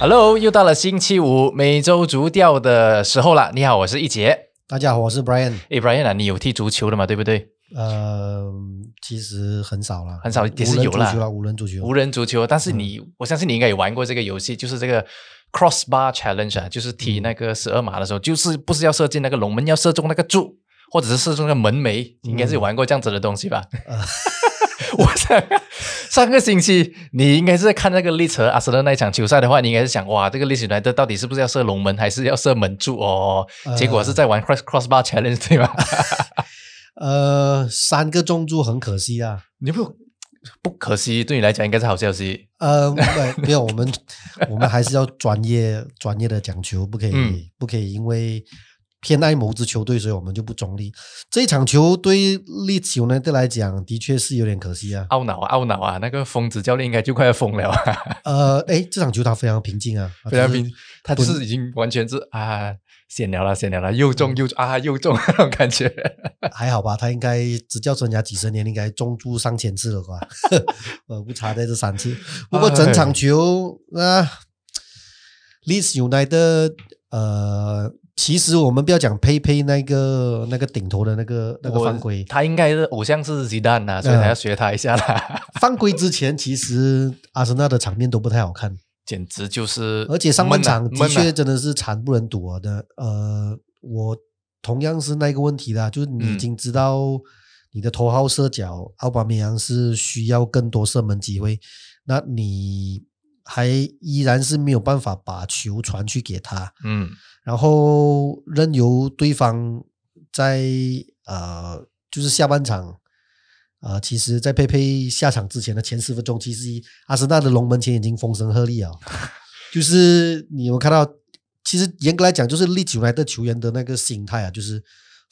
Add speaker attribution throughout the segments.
Speaker 1: Hello，又到了星期五每周足调的时候了。你好，我是一杰。
Speaker 2: 大家好，我是 Brian。
Speaker 1: 诶 b r i a n 啊，你有踢足球的嘛？对不对？
Speaker 2: 呃，其实很少了，
Speaker 1: 很少也是有
Speaker 2: 无人
Speaker 1: 啦
Speaker 2: 足球啦，无人足球，
Speaker 1: 无人足球，但是你，我相信你应该也玩过这个游戏，就是这个 crossbar challenge 啊，就是踢那个十二码的时候，就是不是要射进那个龙门，要射中那个柱，或者是射中那个门楣，你应该是有玩过这样子的东西 吧？我想上个星期你应该是在看那个利兹和阿森纳那一场球赛的话，你应该是想哇，这个利兹来的到底是不是要射龙门，还是要射门柱哦？结果是在玩 cross crossbar challenge 对吧？
Speaker 2: 呃，三个中柱很可惜啊啦。
Speaker 1: 你有没有不可惜？对你来讲应该是好消息。
Speaker 2: 呃，没没有，我们 我们还是要专业专业的讲球，不可以、
Speaker 1: 嗯
Speaker 2: 不可以因为偏爱某支球队，所以我们就不中立。这一场球对利兹球呢队来讲，的确是有点可惜啊。
Speaker 1: 懊恼啊，懊恼啊！那个疯子教练应该就快要疯了啊，
Speaker 2: 呃，诶，这场球他非常平静啊，
Speaker 1: 非常
Speaker 2: 就是
Speaker 1: 平，他就是已经完全是啊，闲聊了，闲聊了，又
Speaker 2: 嗯
Speaker 1: 中又中啊，又中那种感 觉。
Speaker 2: 还好吧，他应该执教生涯几十年，应该中柱上千次了吧？ 呃，不差在这三次。不过整场球啊，Leeds United，呃，其实我们不要讲佩佩那个那个顶头的那个那个
Speaker 1: 我
Speaker 2: 犯规，
Speaker 1: 他应该是偶像是鸡蛋呐，所以
Speaker 2: 嗯
Speaker 1: 他要学他一下啦。
Speaker 2: 犯规之前，其实阿森纳的场面都不太好看，
Speaker 1: 简直就是闷啊，
Speaker 2: 而且上半场
Speaker 1: 闷
Speaker 2: 的
Speaker 1: 啊
Speaker 2: 确真的是惨不忍睹啊的。呃，我同样是那个问题啦，就是你
Speaker 1: 嗯
Speaker 2: 已经知道你的头号射脚奥巴梅扬是需要更多射门机会，那你还依然是没有办法把球传去给他，
Speaker 1: 嗯，
Speaker 2: 然后任由对方在呃，就是下半场。呃，其实，在佩佩下场之前的前十分钟，其实阿森纳的龙门前已经风声 鹤唳啊。就是你有看到，其实严格来讲，就是利兹来的球员的那个心态啊，就是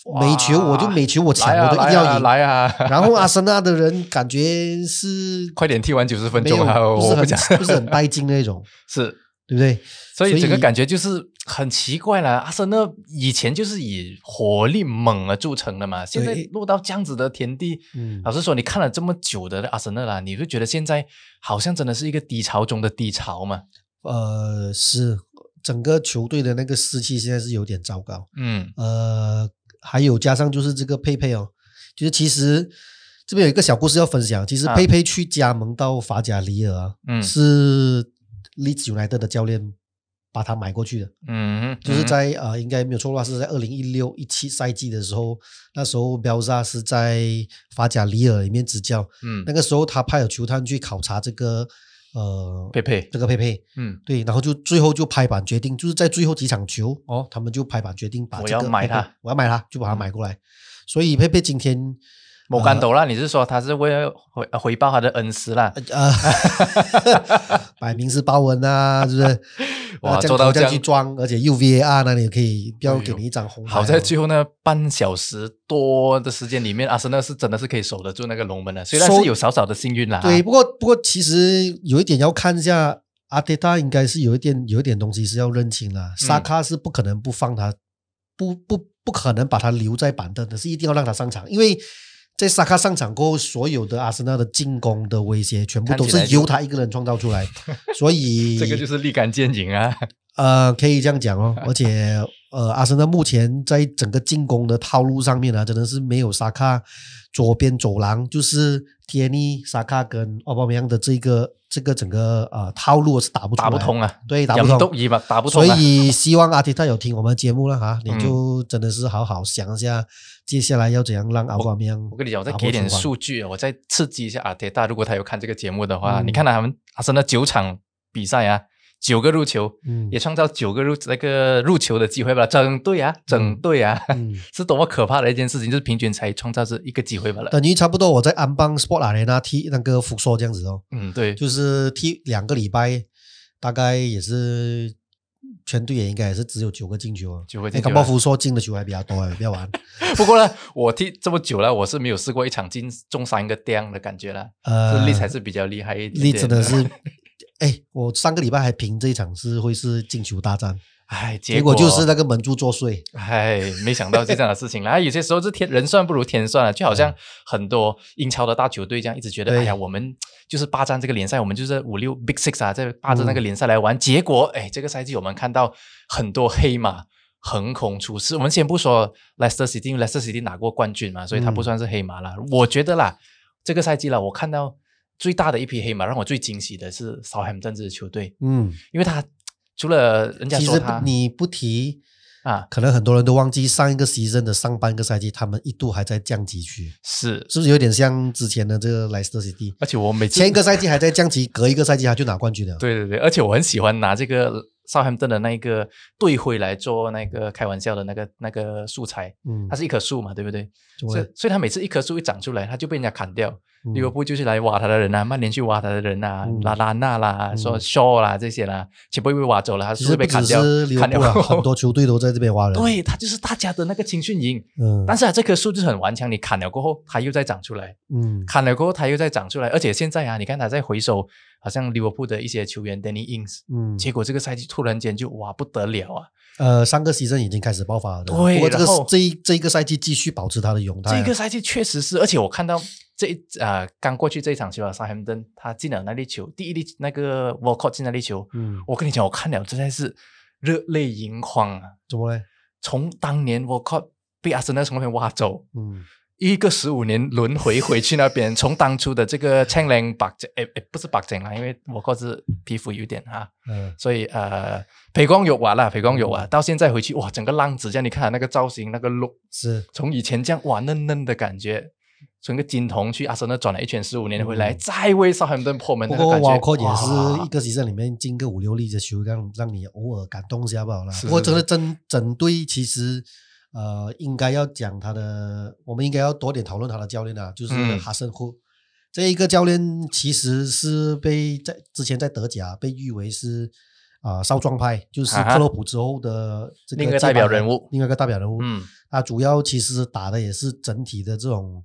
Speaker 1: 哇
Speaker 2: 每球我就每球我抢，
Speaker 1: 来啊
Speaker 2: 我都一定要
Speaker 1: 来啊
Speaker 2: 赢。
Speaker 1: 来啊
Speaker 2: 然后阿森纳的人感觉是
Speaker 1: 快点踢完90分
Speaker 2: 没有
Speaker 1: 钟啊
Speaker 2: 不是
Speaker 1: 我不
Speaker 2: 很
Speaker 1: 讲
Speaker 2: 不是很带劲那种，
Speaker 1: 是，
Speaker 2: 对不对？
Speaker 1: 所以
Speaker 2: 所以
Speaker 1: 整个感觉就是很奇怪啦。阿森纳以前就是以火力猛而著称的嘛，现在
Speaker 2: 对
Speaker 1: 落到这样子的田地，
Speaker 2: 嗯
Speaker 1: 老实说，你看了这么久的阿森纳啦，你就觉得现在好像真的是一个低潮中的低潮嘛。
Speaker 2: 呃，是整个球队的那个士气现在是有点糟糕。
Speaker 1: 嗯
Speaker 2: 呃，还有加上就是这个佩佩哦，就是其实这边有一个小故事要分享。其实
Speaker 1: 啊
Speaker 2: 佩佩去加盟到法甲里尔啊，
Speaker 1: 嗯
Speaker 2: 是 Leeds United 的教练把他买过去的，
Speaker 1: 嗯，
Speaker 2: 就是在、呃，应该没有错的话是在二零一六一七赛季的时候，那时候 b e l z a 是在法甲里尔里面执教，
Speaker 1: 嗯
Speaker 2: 那个时候他派了球探去考察这个呃
Speaker 1: 佩佩
Speaker 2: 这个佩佩。
Speaker 1: 嗯，
Speaker 2: 对，然后就最后就拍板决定，就是在最后几场球哦，他们就拍板决定把
Speaker 1: 我
Speaker 2: 这个
Speaker 1: 要买
Speaker 2: 佩佩
Speaker 1: 它，嗯
Speaker 2: 我要买它，就把它买过来。所以佩佩今天
Speaker 1: 莫
Speaker 2: 啊
Speaker 1: 干斗啦，你是说他是为了回呃回报他的恩师啦？
Speaker 2: 呃， 摆明是包文啊，是不是？
Speaker 1: 哇
Speaker 2: 啊这样
Speaker 1: 做到
Speaker 2: 头
Speaker 1: 这
Speaker 2: 这
Speaker 1: 样哎
Speaker 2: 样去装，而且又 VAR 那里也可以不要给你一张红牌哦。
Speaker 1: 好在最后那半小时多的时间里面，阿森纳是真的是可以守得住那个龙门的，虽然是有少少的幸运啦。
Speaker 2: 对，，不过不过其实有一点要看一下，阿迪达应该是有一点有一点东西是要认清
Speaker 1: 嗯
Speaker 2: 了。沙卡是不可能不放他，不不不可能把他留在板凳的，是一定要让他上场，因为在沙卡上场过后，所有的阿森纳的进攻的威胁全部都
Speaker 1: 看起来
Speaker 2: 是
Speaker 1: 就
Speaker 2: 由他一个人创造出来，所 以
Speaker 1: 这个就是立竿见影啊。
Speaker 2: 呃，可以这样 讲哦。而且呃，阿森纳目前在整个进攻的套路上面呢、真的是没有沙卡左边走廊，就是贴尼、沙卡跟奥巴梅扬的这个这个整个呃套路是打不出来哎
Speaker 1: 打不，通啊，
Speaker 2: 对，打不
Speaker 1: 杨
Speaker 2: 通
Speaker 1: 都。一嘛，打不通
Speaker 2: 所
Speaker 1: 啊。
Speaker 2: 以希望阿迪他有听我们节目了哈，你
Speaker 1: 嗯
Speaker 2: 就真的是好好想一下，接下来要怎样让奥巴梅扬
Speaker 1: 我跟你讲，我再
Speaker 2: 打破
Speaker 1: 给点
Speaker 2: 循环
Speaker 1: 数据啊，我再刺激一下阿铁大，如果他有看这个节目的话，
Speaker 2: 嗯
Speaker 1: 你看到他们阿森纳九场比赛啊，九个入球，
Speaker 2: 嗯
Speaker 1: 也创造九个入那个入球的机会吧，整队啊，整队啊，
Speaker 2: 嗯。
Speaker 1: 是多么可怕的一件事情，就是平均才创造这一个机会罢了。
Speaker 2: 等于差不多，我在安邦 Sport Arena 踢那个复说这样子哦。
Speaker 1: 嗯，对，
Speaker 2: 就是踢两个礼拜，大概也是全队也应该也是只有九个进球啊。
Speaker 1: 九个进
Speaker 2: 哎
Speaker 1: 球啊
Speaker 2: 甘鲍福说进的球还比较多哎，不要玩。
Speaker 1: 不过呢，我踢这么久了，我是没有试过一场进中三个这样的感觉了。
Speaker 2: 呃，
Speaker 1: 力才是比较厉害一点点。
Speaker 2: 力真的是，哎，我上个礼拜还评这一场是会是进球大战，
Speaker 1: 哎，
Speaker 2: 结
Speaker 1: 果
Speaker 2: 果就是那个门柱作祟。
Speaker 1: 哎，没想到是这样的事 情啦。哎有些时候是天人算不如天算啊，就好像很多英超的大球队这样，一直觉得
Speaker 2: 哎对
Speaker 1: 哎呀，我们就是霸占这个联赛，我们就是五六 Big Six 啊，在霸占那个联赛来玩。结果哎，这个赛季我们看到很多黑马横空出世。我们先不说 Leicester City，因为 Leicester City 拿过冠军嘛，所以他不
Speaker 2: 嗯
Speaker 1: 算是黑马啦。我觉得啦，这个赛季啦，我看到最大的一匹黑马，让我最惊喜的是 Southampton 这支球队，
Speaker 2: 嗯，
Speaker 1: 因为他除了人家
Speaker 2: 其
Speaker 1: 说
Speaker 2: 实
Speaker 1: 他
Speaker 2: 你不提，
Speaker 1: 啊
Speaker 2: 可能很多人都忘记上一个 season 的上半个赛季，他们一度还在降级区，
Speaker 1: 是。
Speaker 2: 是不是有点像之前的这个莱斯特 City？
Speaker 1: 而且我每次
Speaker 2: 前一个赛季还在降级，隔一个赛季他就拿冠军了。
Speaker 1: 对对对，而且我很喜欢拿这个少汉顿的那一个队徽来做那个开玩笑的那个那个素材，
Speaker 2: 嗯，
Speaker 1: 它是一棵树嘛，对不对？
Speaker 2: 就
Speaker 1: 所以
Speaker 2: 会
Speaker 1: 所以它每次一棵树一长出来，它就被人家砍掉。
Speaker 2: 嗯
Speaker 1: 利物浦就是来挖它的人啊，曼联去挖它的人啊
Speaker 2: 嗯，
Speaker 1: 拉拉纳啦，
Speaker 2: 嗯
Speaker 1: 说 Shaw 啦这些啦，全部被挖走了，它
Speaker 2: 其
Speaker 1: 树会
Speaker 2: 实不
Speaker 1: 被砍
Speaker 2: 只
Speaker 1: 掉
Speaker 2: 是，利物
Speaker 1: 砍掉
Speaker 2: 浦啊，
Speaker 1: 过后
Speaker 2: 很多球队都在这边挖人。，
Speaker 1: 对，它就是大家的那个青训营。
Speaker 2: 嗯，
Speaker 1: 但
Speaker 2: 是
Speaker 1: 是啊，这棵树就是很顽强，你砍了过后，它又再长出来。
Speaker 2: 嗯，
Speaker 1: 砍了过后，它又再长出来，而且现在啊，你看它在回收，好像利物浦的一些球员 Danny Ings，
Speaker 2: 嗯，
Speaker 1: 结果这个赛季突然间就哇不得了啊！
Speaker 2: 呃，上个 season 已经开始爆发了，
Speaker 1: 对
Speaker 2: 不过这
Speaker 1: 然后
Speaker 2: 个这一这一个赛季继续保持他的勇态啊，
Speaker 1: 这个赛季确实是，而且我看到这一啊、刚过去这一场球啊，沙姆登他进了那粒球，第一粒那个 w a l c o t 进那粒球，
Speaker 2: 嗯，
Speaker 1: 我跟你讲，我看了真的是热泪盈眶啊！
Speaker 2: 怎么嘞？
Speaker 1: 从当年 w a l c o t 被阿森纳从那边挖走。
Speaker 2: 嗯，
Speaker 1: 一个十五年轮回回去那边，从当初的这个 c h a n g l a n g 白诶诶不是白井啦，因为我靠是皮肤有点啊，
Speaker 2: 呃，
Speaker 1: 所以呃培光有娃啦，培光有娃，到现在回去哇，整个浪子这样，你看他啊那个造型那个 look，
Speaker 2: 是，
Speaker 1: 从以前这样哇嫩嫩的感觉，从一个金童去阿森纳转了一圈十五年回来，
Speaker 2: 嗯
Speaker 1: 再为少汉顿破门
Speaker 2: 不
Speaker 1: 那个
Speaker 2: 过
Speaker 1: 感觉，
Speaker 2: 瓦科也是
Speaker 1: 哇
Speaker 2: 一个 season 里面进个五六粒的球，让让你偶尔感动一下罢了啦。
Speaker 1: 是
Speaker 2: 不过真的整整队其实。呃，应该要讲他的，我们应该要多点讨论他的教练啊，就是
Speaker 1: 嗯
Speaker 2: 哈森库、这一个教练，其实是被在之前在德甲被誉为是啊、少壮派，就是
Speaker 1: 啊哈
Speaker 2: 克洛普之后的这个
Speaker 1: 另一个
Speaker 2: 接班
Speaker 1: 代表人物
Speaker 2: 另外一个代表人物。
Speaker 1: 嗯
Speaker 2: 他主要其实打的也是整体的这种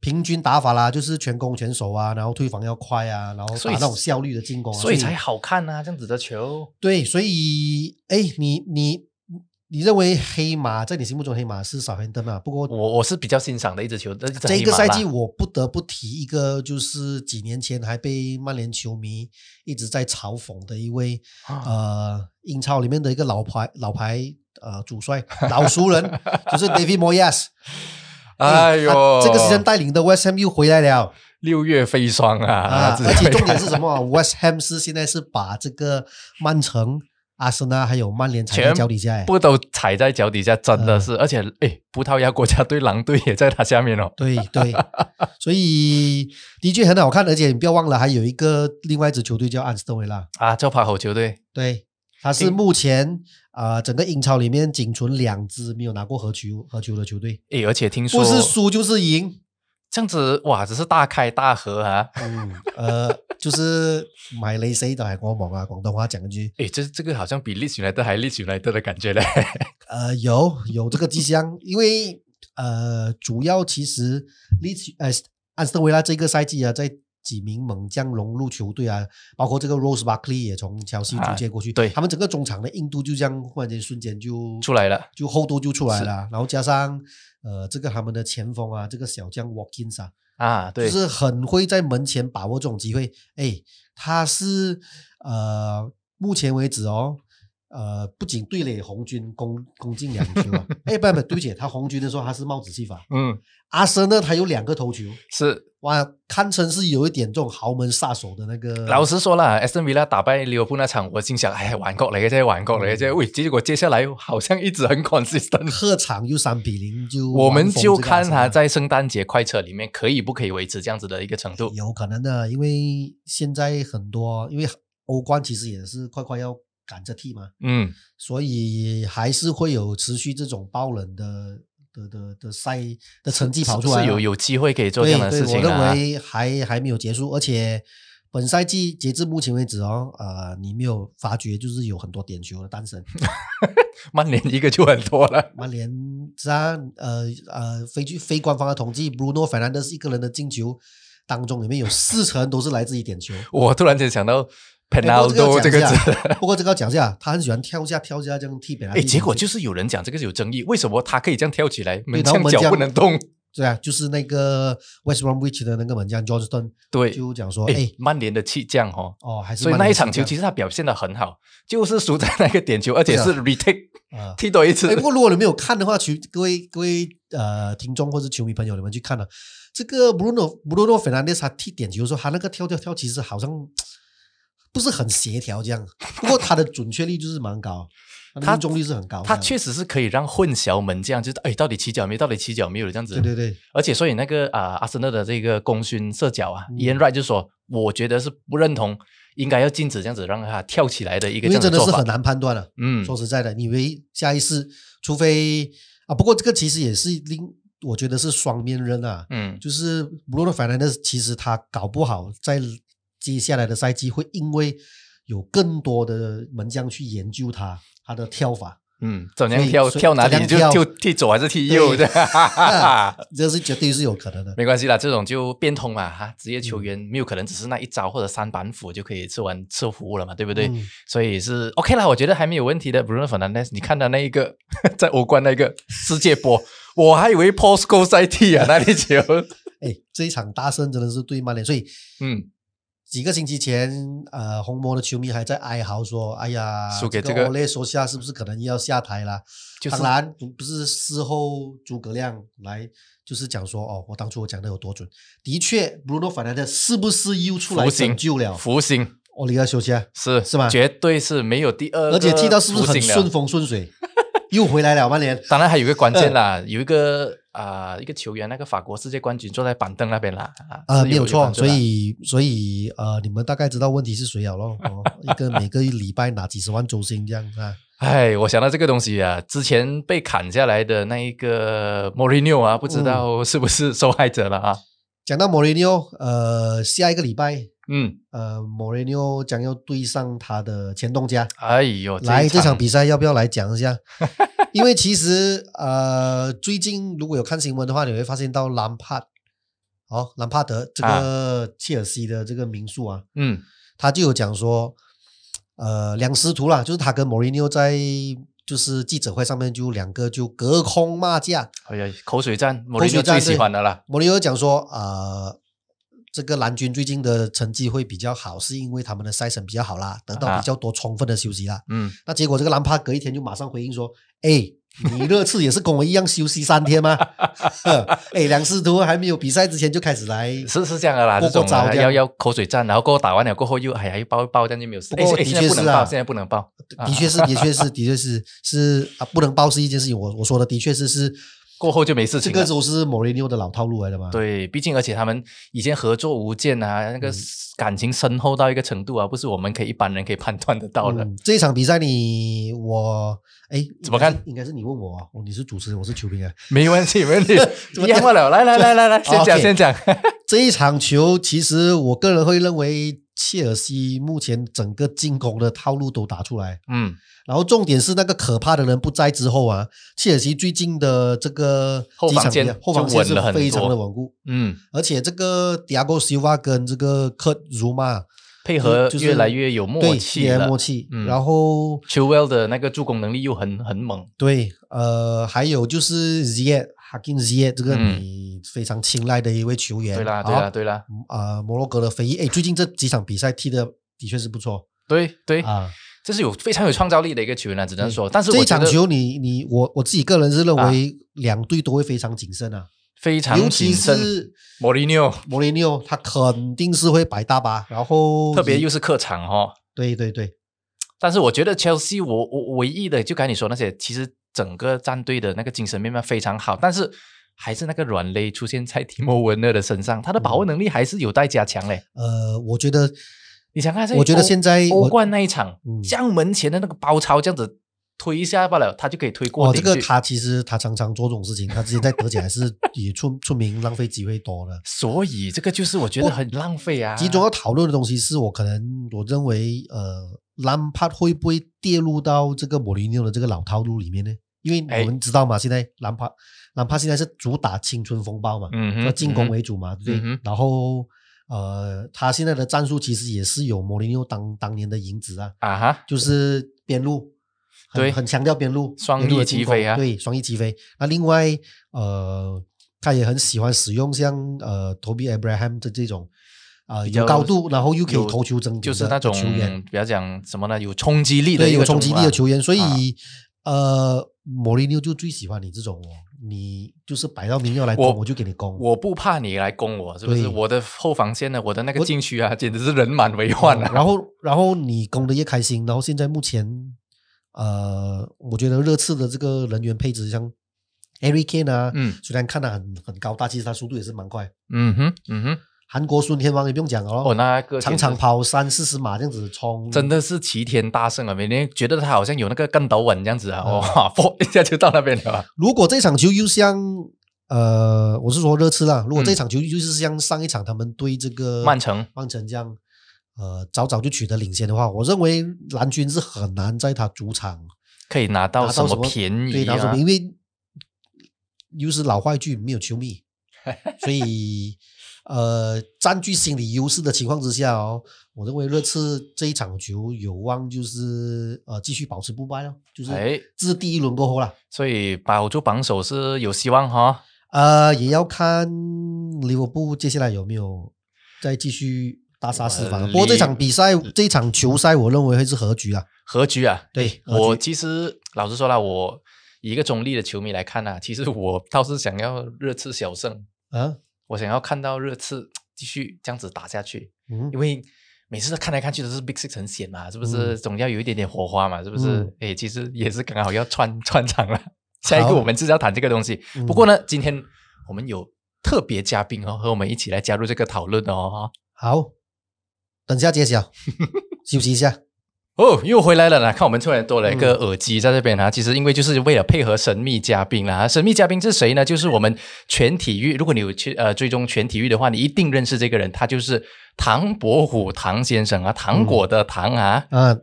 Speaker 2: 平均打法啦，就是全攻全守啊，然后退防要快啊，然后
Speaker 1: 所
Speaker 2: 打
Speaker 1: 以
Speaker 2: 那种效率的进攻啊，
Speaker 1: 所以才好看啊，这样子的球，
Speaker 2: 对，所以哎，你你你认为黑马在你心目中黑马是少亨登啊？不过
Speaker 1: 我我是比较欣赏的一支球，这
Speaker 2: 这个赛季我不得不提一个，就是几年前还被曼联球迷一直在嘲讽的一位
Speaker 1: 啊
Speaker 2: 呃英超里面的一个老牌老牌呃主帅老熟人，就是 David Moyes。
Speaker 1: 哎呦
Speaker 2: 他嗯啊这个时间带领的 West Ham 又回来了
Speaker 1: 六月飞霜啊，
Speaker 2: 啊！
Speaker 1: 只
Speaker 2: 而且
Speaker 1: 会
Speaker 2: 重点是什么？West Ham 是现在是把这个曼城、阿森纳还有曼联踩在
Speaker 1: 全
Speaker 2: 脚底下哎。
Speaker 1: 不都踩在脚底下，
Speaker 2: 嗯
Speaker 1: 真的是，而且哎，葡萄牙国家队狼队也在他下面哦，
Speaker 2: 对 对，所以的确很好看，而且你不要忘了，还有一个另外一支球队叫安斯特维拉，
Speaker 1: 啊，这趴口球队
Speaker 2: 对，它是
Speaker 1: 诶
Speaker 2: 目前啊、呃整个英超里面仅存两支没有拿过合球合球的球队，
Speaker 1: 哎，而且听说
Speaker 2: 不是输就是赢。
Speaker 1: 这样子哇，只是大开大合啊，
Speaker 2: 嗯，呃，就是买雷谁的海光猛啊，广东话讲一句，
Speaker 1: 哎，这这个好像比 Leeds United 还 Leeds United 的感觉嘞，
Speaker 2: 呃，有有这个迹象，因为呃，主要其实利奇呃安斯特维拉这个赛季啊，在几名猛将融入球队啊，包括这个 Rose Barkley 也从乔西租借过去，
Speaker 1: 啊对
Speaker 2: 他们整个中场的硬度就这样忽然间瞬间就
Speaker 1: 出来了，
Speaker 2: 就厚度就出来
Speaker 1: 是
Speaker 2: 了，然后加上呃这个他们的前锋啊，这个小将 Watkins 啊，
Speaker 1: 啊，对，
Speaker 2: 就是很会在门前把握这种机会。哎，他是呃，目前为止哦，呃，不仅对垒红军攻攻进两球啊，哎，不不，对不起，他红军的时候他是帽子戏法，
Speaker 1: 嗯，
Speaker 2: 阿森纳他有两个头球，
Speaker 1: 是。
Speaker 2: 哇，堪称是有一点这种豪门杀手的那个。
Speaker 1: 老实说啦，Aston Villa 打败利物浦那场，我心想，哎，玩够了，这些玩够了，这
Speaker 2: 嗯
Speaker 1: 些喂，结果接下来好像一直很 consistent。
Speaker 2: 客场又三比零就
Speaker 1: 我
Speaker 2: 完
Speaker 1: 们
Speaker 2: 封
Speaker 1: 就
Speaker 2: 这个
Speaker 1: 看
Speaker 2: 阿森纳
Speaker 1: 他在圣诞节快车里面可以不可以维持这样子的一个程度。
Speaker 2: 有可能的，因为现在很多因为欧冠其实也是快快要赶着踢嘛，
Speaker 1: 嗯，
Speaker 2: 所以还是会有持续这种爆冷的的的的赛的成绩跑出来啊，
Speaker 1: 是有有机会可以做这样
Speaker 2: 对
Speaker 1: 的
Speaker 2: 对，
Speaker 1: 事
Speaker 2: 我
Speaker 1: 情
Speaker 2: 认
Speaker 1: 啊。
Speaker 2: 为还还没有结束，而且本赛季截至目前为止哦，呃，你没有发觉就是有很多点球的 诞生，
Speaker 1: 曼联一个就很多了，
Speaker 2: 曼联是啊，呃呃，非据非官方的统计，Bruno Fernandes 一个人的进球当中，里面有四成都是来自于点球。
Speaker 1: 我突然间想到 Penaldo 这
Speaker 2: 这
Speaker 1: 个字。
Speaker 2: 不过这个要讲一下，他很喜欢跳下跳下这样踢别人。
Speaker 1: 哎，结果就是有人讲这个是有争议，为什么他可以这样跳起来，门
Speaker 2: 对然后
Speaker 1: 将
Speaker 2: 门
Speaker 1: 脚
Speaker 2: 将
Speaker 1: 不能动？
Speaker 2: 对啊，就是那个 West Bromwich 的那个门将 Johnston
Speaker 1: 对，
Speaker 2: 就讲说，
Speaker 1: 哎
Speaker 2: 哎，，
Speaker 1: 曼联的气将哦，
Speaker 2: 哦，还 是
Speaker 1: 所以
Speaker 2: 曼
Speaker 1: 那
Speaker 2: 联
Speaker 1: 一场
Speaker 2: 是这
Speaker 1: 球
Speaker 2: 样
Speaker 1: 其实他表现的很好，就是输在那个点球，而且是
Speaker 2: 是
Speaker 1: retake
Speaker 2: 啊。
Speaker 1: 踢多一次
Speaker 2: 哎，不。过如果你没有看的话，球各位各位呃听众或者球迷朋友，你们去看了这个 Bruno Bruno Fernandes 他踢点球的时候，他那个跳跳跳其实好像不是很协调这样，不过他的准确率就是蛮高，的
Speaker 1: 他
Speaker 2: 命中率是很高这
Speaker 1: 他
Speaker 2: 样，
Speaker 1: 确实是可以让混淆门将，就是哎，到底起脚没有？到底起脚没有？这样子。
Speaker 2: 对对对，
Speaker 1: 而且，所以那个啊、阿森纳的这个功勋射脚啊、
Speaker 2: 嗯
Speaker 1: i a n Wright 就说，我觉得是不认同，应该要禁止这样子让他跳起来的一个这
Speaker 2: 因为
Speaker 1: 样
Speaker 2: 真的
Speaker 1: 做
Speaker 2: 是
Speaker 1: 法。
Speaker 2: 很难判断了、啊
Speaker 1: 嗯，
Speaker 2: 说实在的，你以为下一次，除非啊，不过这个其实也是另，我觉得是双面刃啊，
Speaker 1: 嗯，
Speaker 2: 就是布鲁诺·费南德斯，其实他搞不好在接下来的赛季会因为有更多的门将去研究他他的跳法，
Speaker 1: 嗯，怎样
Speaker 2: 所以
Speaker 1: 跳
Speaker 2: 所以
Speaker 1: 跳哪里
Speaker 2: 怎样
Speaker 1: 就就
Speaker 2: 跳
Speaker 1: 踢左还是踢右的
Speaker 2: 对，
Speaker 1: 哈，
Speaker 2: 这是绝对是有可能的。
Speaker 1: 没关系啦，这种就变通嘛哈。职业球
Speaker 2: 嗯
Speaker 1: 员没有可能只是那一招或者三板斧就可以吃完吃服务了嘛，对不对？
Speaker 2: 嗯
Speaker 1: 所以是 OK 啦，我觉得还没有问题的。Bruno Fernandes，你看他那一个在欧冠那个世界 波，我还以为 Postco 在踢啊那粒球。
Speaker 2: 哎，这一场大胜真的是对曼联，所以
Speaker 1: 嗯，
Speaker 2: 几个星期前，呃，红魔的球迷还在哀嚎说：“哎呀，
Speaker 1: 输给
Speaker 2: 这
Speaker 1: 这个
Speaker 2: 欧雷索下是不是可能要下台啦？”
Speaker 1: 就是
Speaker 2: 当然不不是事后诸葛亮来就是讲说：“哦，我当初我讲的有多准。”的确，Bruno Fernandes 是不是又出来
Speaker 1: 福星
Speaker 2: 拯救了哦
Speaker 1: 福星
Speaker 2: 欧雷索下？
Speaker 1: 是
Speaker 2: 是吗
Speaker 1: 绝对是没有第二个
Speaker 2: 啊而且踢到是不是
Speaker 1: 呃福
Speaker 2: 很
Speaker 1: 星了
Speaker 2: 顺风顺水？ 又回来了曼联，
Speaker 1: 当然还有一个关键
Speaker 2: 嗯
Speaker 1: 啦，有一个啊、一个球员，那个法国世界冠军坐在板凳那边啦，啊，
Speaker 2: 啊，
Speaker 1: 是
Speaker 2: 没有错，
Speaker 1: 关注
Speaker 2: 所
Speaker 1: 啦
Speaker 2: 以所以呃，你们大概知道问题是谁了 咯。哦，一个每个礼拜拿几十万周薪这样啊，
Speaker 1: 哎，我想到这个东西啊，之前被砍下来的那一个莫里纽啊，不
Speaker 2: 嗯
Speaker 1: 知道是不是受害者了啊？
Speaker 2: 讲到莫雷纽，呃，下一个礼拜，
Speaker 1: 嗯，
Speaker 2: 呃，莫雷纽将要对上他的前东家。
Speaker 1: 哎呦，
Speaker 2: 来，
Speaker 1: 这
Speaker 2: 这
Speaker 1: 一
Speaker 2: 场比赛要不要来讲 一下？因为其实呃，最近如果有看新闻的话，你会发现到兰帕，哦，兰帕德这
Speaker 1: 啊
Speaker 2: 个切尔西的这个名宿啊，
Speaker 1: 嗯
Speaker 2: 他就有讲说，呃，两师徒啦，就是他跟莫雷纽在就是记者会上面就两个就隔空骂架，
Speaker 1: 哎呀，口水战，莫
Speaker 2: 口
Speaker 1: 里纽最
Speaker 2: 水战
Speaker 1: 喜欢的啦。
Speaker 2: 莫里尔讲说，呃，这个蓝军最近的成绩会比较好，是因为他们的赛程比较好啦，得到
Speaker 1: 啊
Speaker 2: 比较多充分的休息啦。
Speaker 1: 嗯，
Speaker 2: 那结果这个兰帕隔一天就马上回应说，哎。你热刺也是跟我一样休息三天吗？ 呵哎，梁师徒还没有比赛之前就开始来，
Speaker 1: 是是这样的啦，
Speaker 2: 过
Speaker 1: 这种
Speaker 2: 过招
Speaker 1: 啊
Speaker 2: 这样
Speaker 1: 要要口水战，然后过后打完了过后又哎呀又抱一抱，这样就没有事。
Speaker 2: 不
Speaker 1: 哎
Speaker 2: 过
Speaker 1: 哎
Speaker 2: 的
Speaker 1: 现在
Speaker 2: 确
Speaker 1: 不能
Speaker 2: 是啊
Speaker 1: 抱，现在不能抱。啊
Speaker 2: 的确是，的确是，的确是是啊，不能报是一件事情。我我说的的确是是
Speaker 1: 过后就没事
Speaker 2: 这
Speaker 1: 情
Speaker 2: 个
Speaker 1: 了。
Speaker 2: 都是莫雷纽的老套路来的嘛。
Speaker 1: 对，毕竟而且他们以前合作无间啊，那个
Speaker 2: 嗯
Speaker 1: 感情深厚到一个程度啊，不是我们可以一般人可以判断得到的。
Speaker 2: 嗯，这一场比赛你我哎
Speaker 1: 怎么看
Speaker 2: 应该是应该是你问我啊，哦，你是主持人，我是球评啊。，
Speaker 1: 没问题，没问题
Speaker 2: 怎
Speaker 1: 一
Speaker 2: 么
Speaker 1: 样不了。来来来来来，先讲
Speaker 2: OK
Speaker 1: 先讲。
Speaker 2: 这一场球，其实我个人会认为切尔西目前整个进攻的套路都打出来，
Speaker 1: 嗯，
Speaker 2: 然后重点是那个可怕的人不在之后啊，切尔西最近的这个
Speaker 1: 后
Speaker 2: 几
Speaker 1: 防
Speaker 2: 场比赛
Speaker 1: 线
Speaker 2: 后防
Speaker 1: 就
Speaker 2: 线
Speaker 1: 稳
Speaker 2: 是
Speaker 1: 了很
Speaker 2: 非常
Speaker 1: 多
Speaker 2: 的稳固，
Speaker 1: 嗯，
Speaker 2: 而且这个 Diago Silva 跟这个 Kurt Zuma
Speaker 1: 配合
Speaker 2: 就是
Speaker 1: 越来越有默
Speaker 2: 对
Speaker 1: 契
Speaker 2: 越来越
Speaker 1: 了。
Speaker 2: 默契，
Speaker 1: 嗯
Speaker 2: 然后
Speaker 1: Chilwell 的那个助攻能力又很很猛，
Speaker 2: 对，呃，还有就是 Ziyech Hakim Ziyech 这个
Speaker 1: 嗯
Speaker 2: 你非常青睐的一位球员，
Speaker 1: 对啦，
Speaker 2: 啊
Speaker 1: 对啦，，对啦，
Speaker 2: 呃，摩洛哥的飞翼，哎，最近这几场比赛踢的的确是不错
Speaker 1: 对对，
Speaker 2: 啊。
Speaker 1: 这是有非常有创造力的一个球员啊，只能说，嗯但是
Speaker 2: 这
Speaker 1: 我
Speaker 2: 一
Speaker 1: 觉
Speaker 2: 场
Speaker 1: 得
Speaker 2: 球你，你我我自己个人是认
Speaker 1: 啊
Speaker 2: 为两队都会非常谨慎啊，
Speaker 1: 非常
Speaker 2: 尤其
Speaker 1: 谨慎。
Speaker 2: 是
Speaker 1: 莫里纽，
Speaker 2: 莫雷纽，他肯定是会摆大巴，然后
Speaker 1: 特别
Speaker 2: 有
Speaker 1: 又是客场哦。
Speaker 2: 对对对，
Speaker 1: 但是我觉得 Chelsea 我我唯一的就刚才你说那些，其实整个战队的那个精神面貌非常好，但是还是那个软肋出现在 提莫文勒的身上，他的把握能力还是有待加强嘞。
Speaker 2: 呃，我觉得
Speaker 1: 你想看这，
Speaker 2: 我觉得现在
Speaker 1: 欧
Speaker 2: 我
Speaker 1: 冠那一场，
Speaker 2: 嗯
Speaker 1: 将门前的那个包抄这样子推一下罢了，他就可以推过
Speaker 2: 哦，
Speaker 1: 顶
Speaker 2: 这个
Speaker 1: 去
Speaker 2: 他其实他常常做这种事情，他之前在德甲还是 也出出名浪费机会多的。
Speaker 1: 所以这个就是我觉得很浪费啊。
Speaker 2: 其中要讨论的东西是我可能我认为呃，兰帕会不会跌入到这个莫里尼奥的这个老套路里面呢？因为
Speaker 1: 哎
Speaker 2: 我们知道嘛，现在兰帕兰帕现在是主打青春风暴嘛，
Speaker 1: 嗯哼
Speaker 2: 要进攻
Speaker 1: 嗯哼
Speaker 2: 为主嘛，对不对？
Speaker 1: 嗯哼
Speaker 2: 然后呃，他现在的战术其实也是有莫里尼奥当当年的影子啊，
Speaker 1: 啊哈，
Speaker 2: 就是边路，很
Speaker 1: 对
Speaker 2: 很强调边路
Speaker 1: 双
Speaker 2: 边路
Speaker 1: 翼
Speaker 2: 的进
Speaker 1: 齐
Speaker 2: 攻
Speaker 1: 飞啊
Speaker 2: 对，双翼齐飞。那另外呃，他也很喜欢使用像呃投比 Abraham 的这种啊、呃、
Speaker 1: 比较
Speaker 2: 有高度，然后又可
Speaker 1: 有
Speaker 2: 以投球争
Speaker 1: 就
Speaker 2: 顶
Speaker 1: 是
Speaker 2: 的
Speaker 1: 那种
Speaker 2: 球员，
Speaker 1: 比较讲什么呢？有冲击力的
Speaker 2: 对
Speaker 1: 一个
Speaker 2: 有冲
Speaker 1: 种
Speaker 2: 击
Speaker 1: 啊
Speaker 2: 力的球员，所以、
Speaker 1: 啊
Speaker 2: 呃，莫里尼奥就最喜欢你这种哦，你就是摆到明要来攻，
Speaker 1: 我
Speaker 2: 我就给你攻。
Speaker 1: 我不怕你来攻我，是不是？
Speaker 2: 对
Speaker 1: 我的后防线呢？我的那个
Speaker 2: 我
Speaker 1: 禁区啊，简直是人满为患啊！
Speaker 2: 哦然后 然后你攻的越开心，然后现在目前，呃，我觉得热刺的这个人员配置像 Harry Kane 啊，
Speaker 1: 嗯
Speaker 2: 虽然看他很很高大，其实他速度也是蛮快。
Speaker 1: 嗯哼嗯哼，
Speaker 2: 韩国孙天王也不用讲了咯，
Speaker 1: 哦，那个
Speaker 2: 常
Speaker 1: 简直
Speaker 2: 常跑三四十码这样子冲，
Speaker 1: 真
Speaker 2: 的
Speaker 1: 的是齐天大圣啊！每天觉得他好像有那个跟斗稳这样子啊，
Speaker 2: 嗯
Speaker 1: 哇， 啵一下就到那边了啊。
Speaker 2: 如果这场球又像呃，我是说热刺啦，如果这场球又是像上一场他们对这个
Speaker 1: 嗯曼城
Speaker 2: 曼城这样，呃，早早就取得领先的话，我认为蓝军是很难在他主场
Speaker 1: 可以拿到
Speaker 2: 拿
Speaker 1: 什
Speaker 2: 到
Speaker 1: 么
Speaker 2: 什
Speaker 1: 便
Speaker 2: 对，
Speaker 1: 宜
Speaker 2: 拿到什
Speaker 1: 啊
Speaker 2: 么？？因为又是老话一句，没有球 迷，所以呃，占据心理优势的情况之下哦，我认为热刺这一场球有望就是呃继续保持不败哦，就是
Speaker 1: 哎，
Speaker 2: 自第一轮过后啦。
Speaker 1: 所以保住榜首是有希望哈。
Speaker 2: 呃，也要看利物浦接下来有没有再继续大杀四
Speaker 1: 呃
Speaker 2: 方。不过这
Speaker 1: 利
Speaker 2: 场比赛，这场球赛，我认为会是和局啊。
Speaker 1: 和局啊，
Speaker 2: 对，和
Speaker 1: 我
Speaker 2: 局
Speaker 1: 其实老实说了，我以一个中立的球迷来看啊，其实我倒是想要热刺小胜，
Speaker 2: 啊，
Speaker 1: 我想要看到热刺继续这样子打下去，
Speaker 2: 嗯
Speaker 1: 因，为每次看来看去都是 Big Six 很险嘛，是不是？
Speaker 2: 嗯
Speaker 1: 总要有一点点火花嘛，是不是
Speaker 2: 嗯？
Speaker 1: 哎、其实也是刚好要串 串场了。下一个我们就是要谈这个东西，
Speaker 2: 嗯
Speaker 1: 不过呢，今天我们有特别嘉宾哦，和我们一起来加入这个讨论哦。
Speaker 2: 好，等下揭 晓，休息一下。
Speaker 1: 哦，又回来了啦！看我们突然多了一个
Speaker 2: 嗯
Speaker 1: 耳机在这边啊，其实因为就是为了配合神秘嘉宾啦。神秘嘉宾是谁呢？就是我们全体育，如果你有去呃追踪全体育的话，你一定认识这个人，他就是唐伯虎唐先生啊，糖果的糖啊。
Speaker 2: 啊，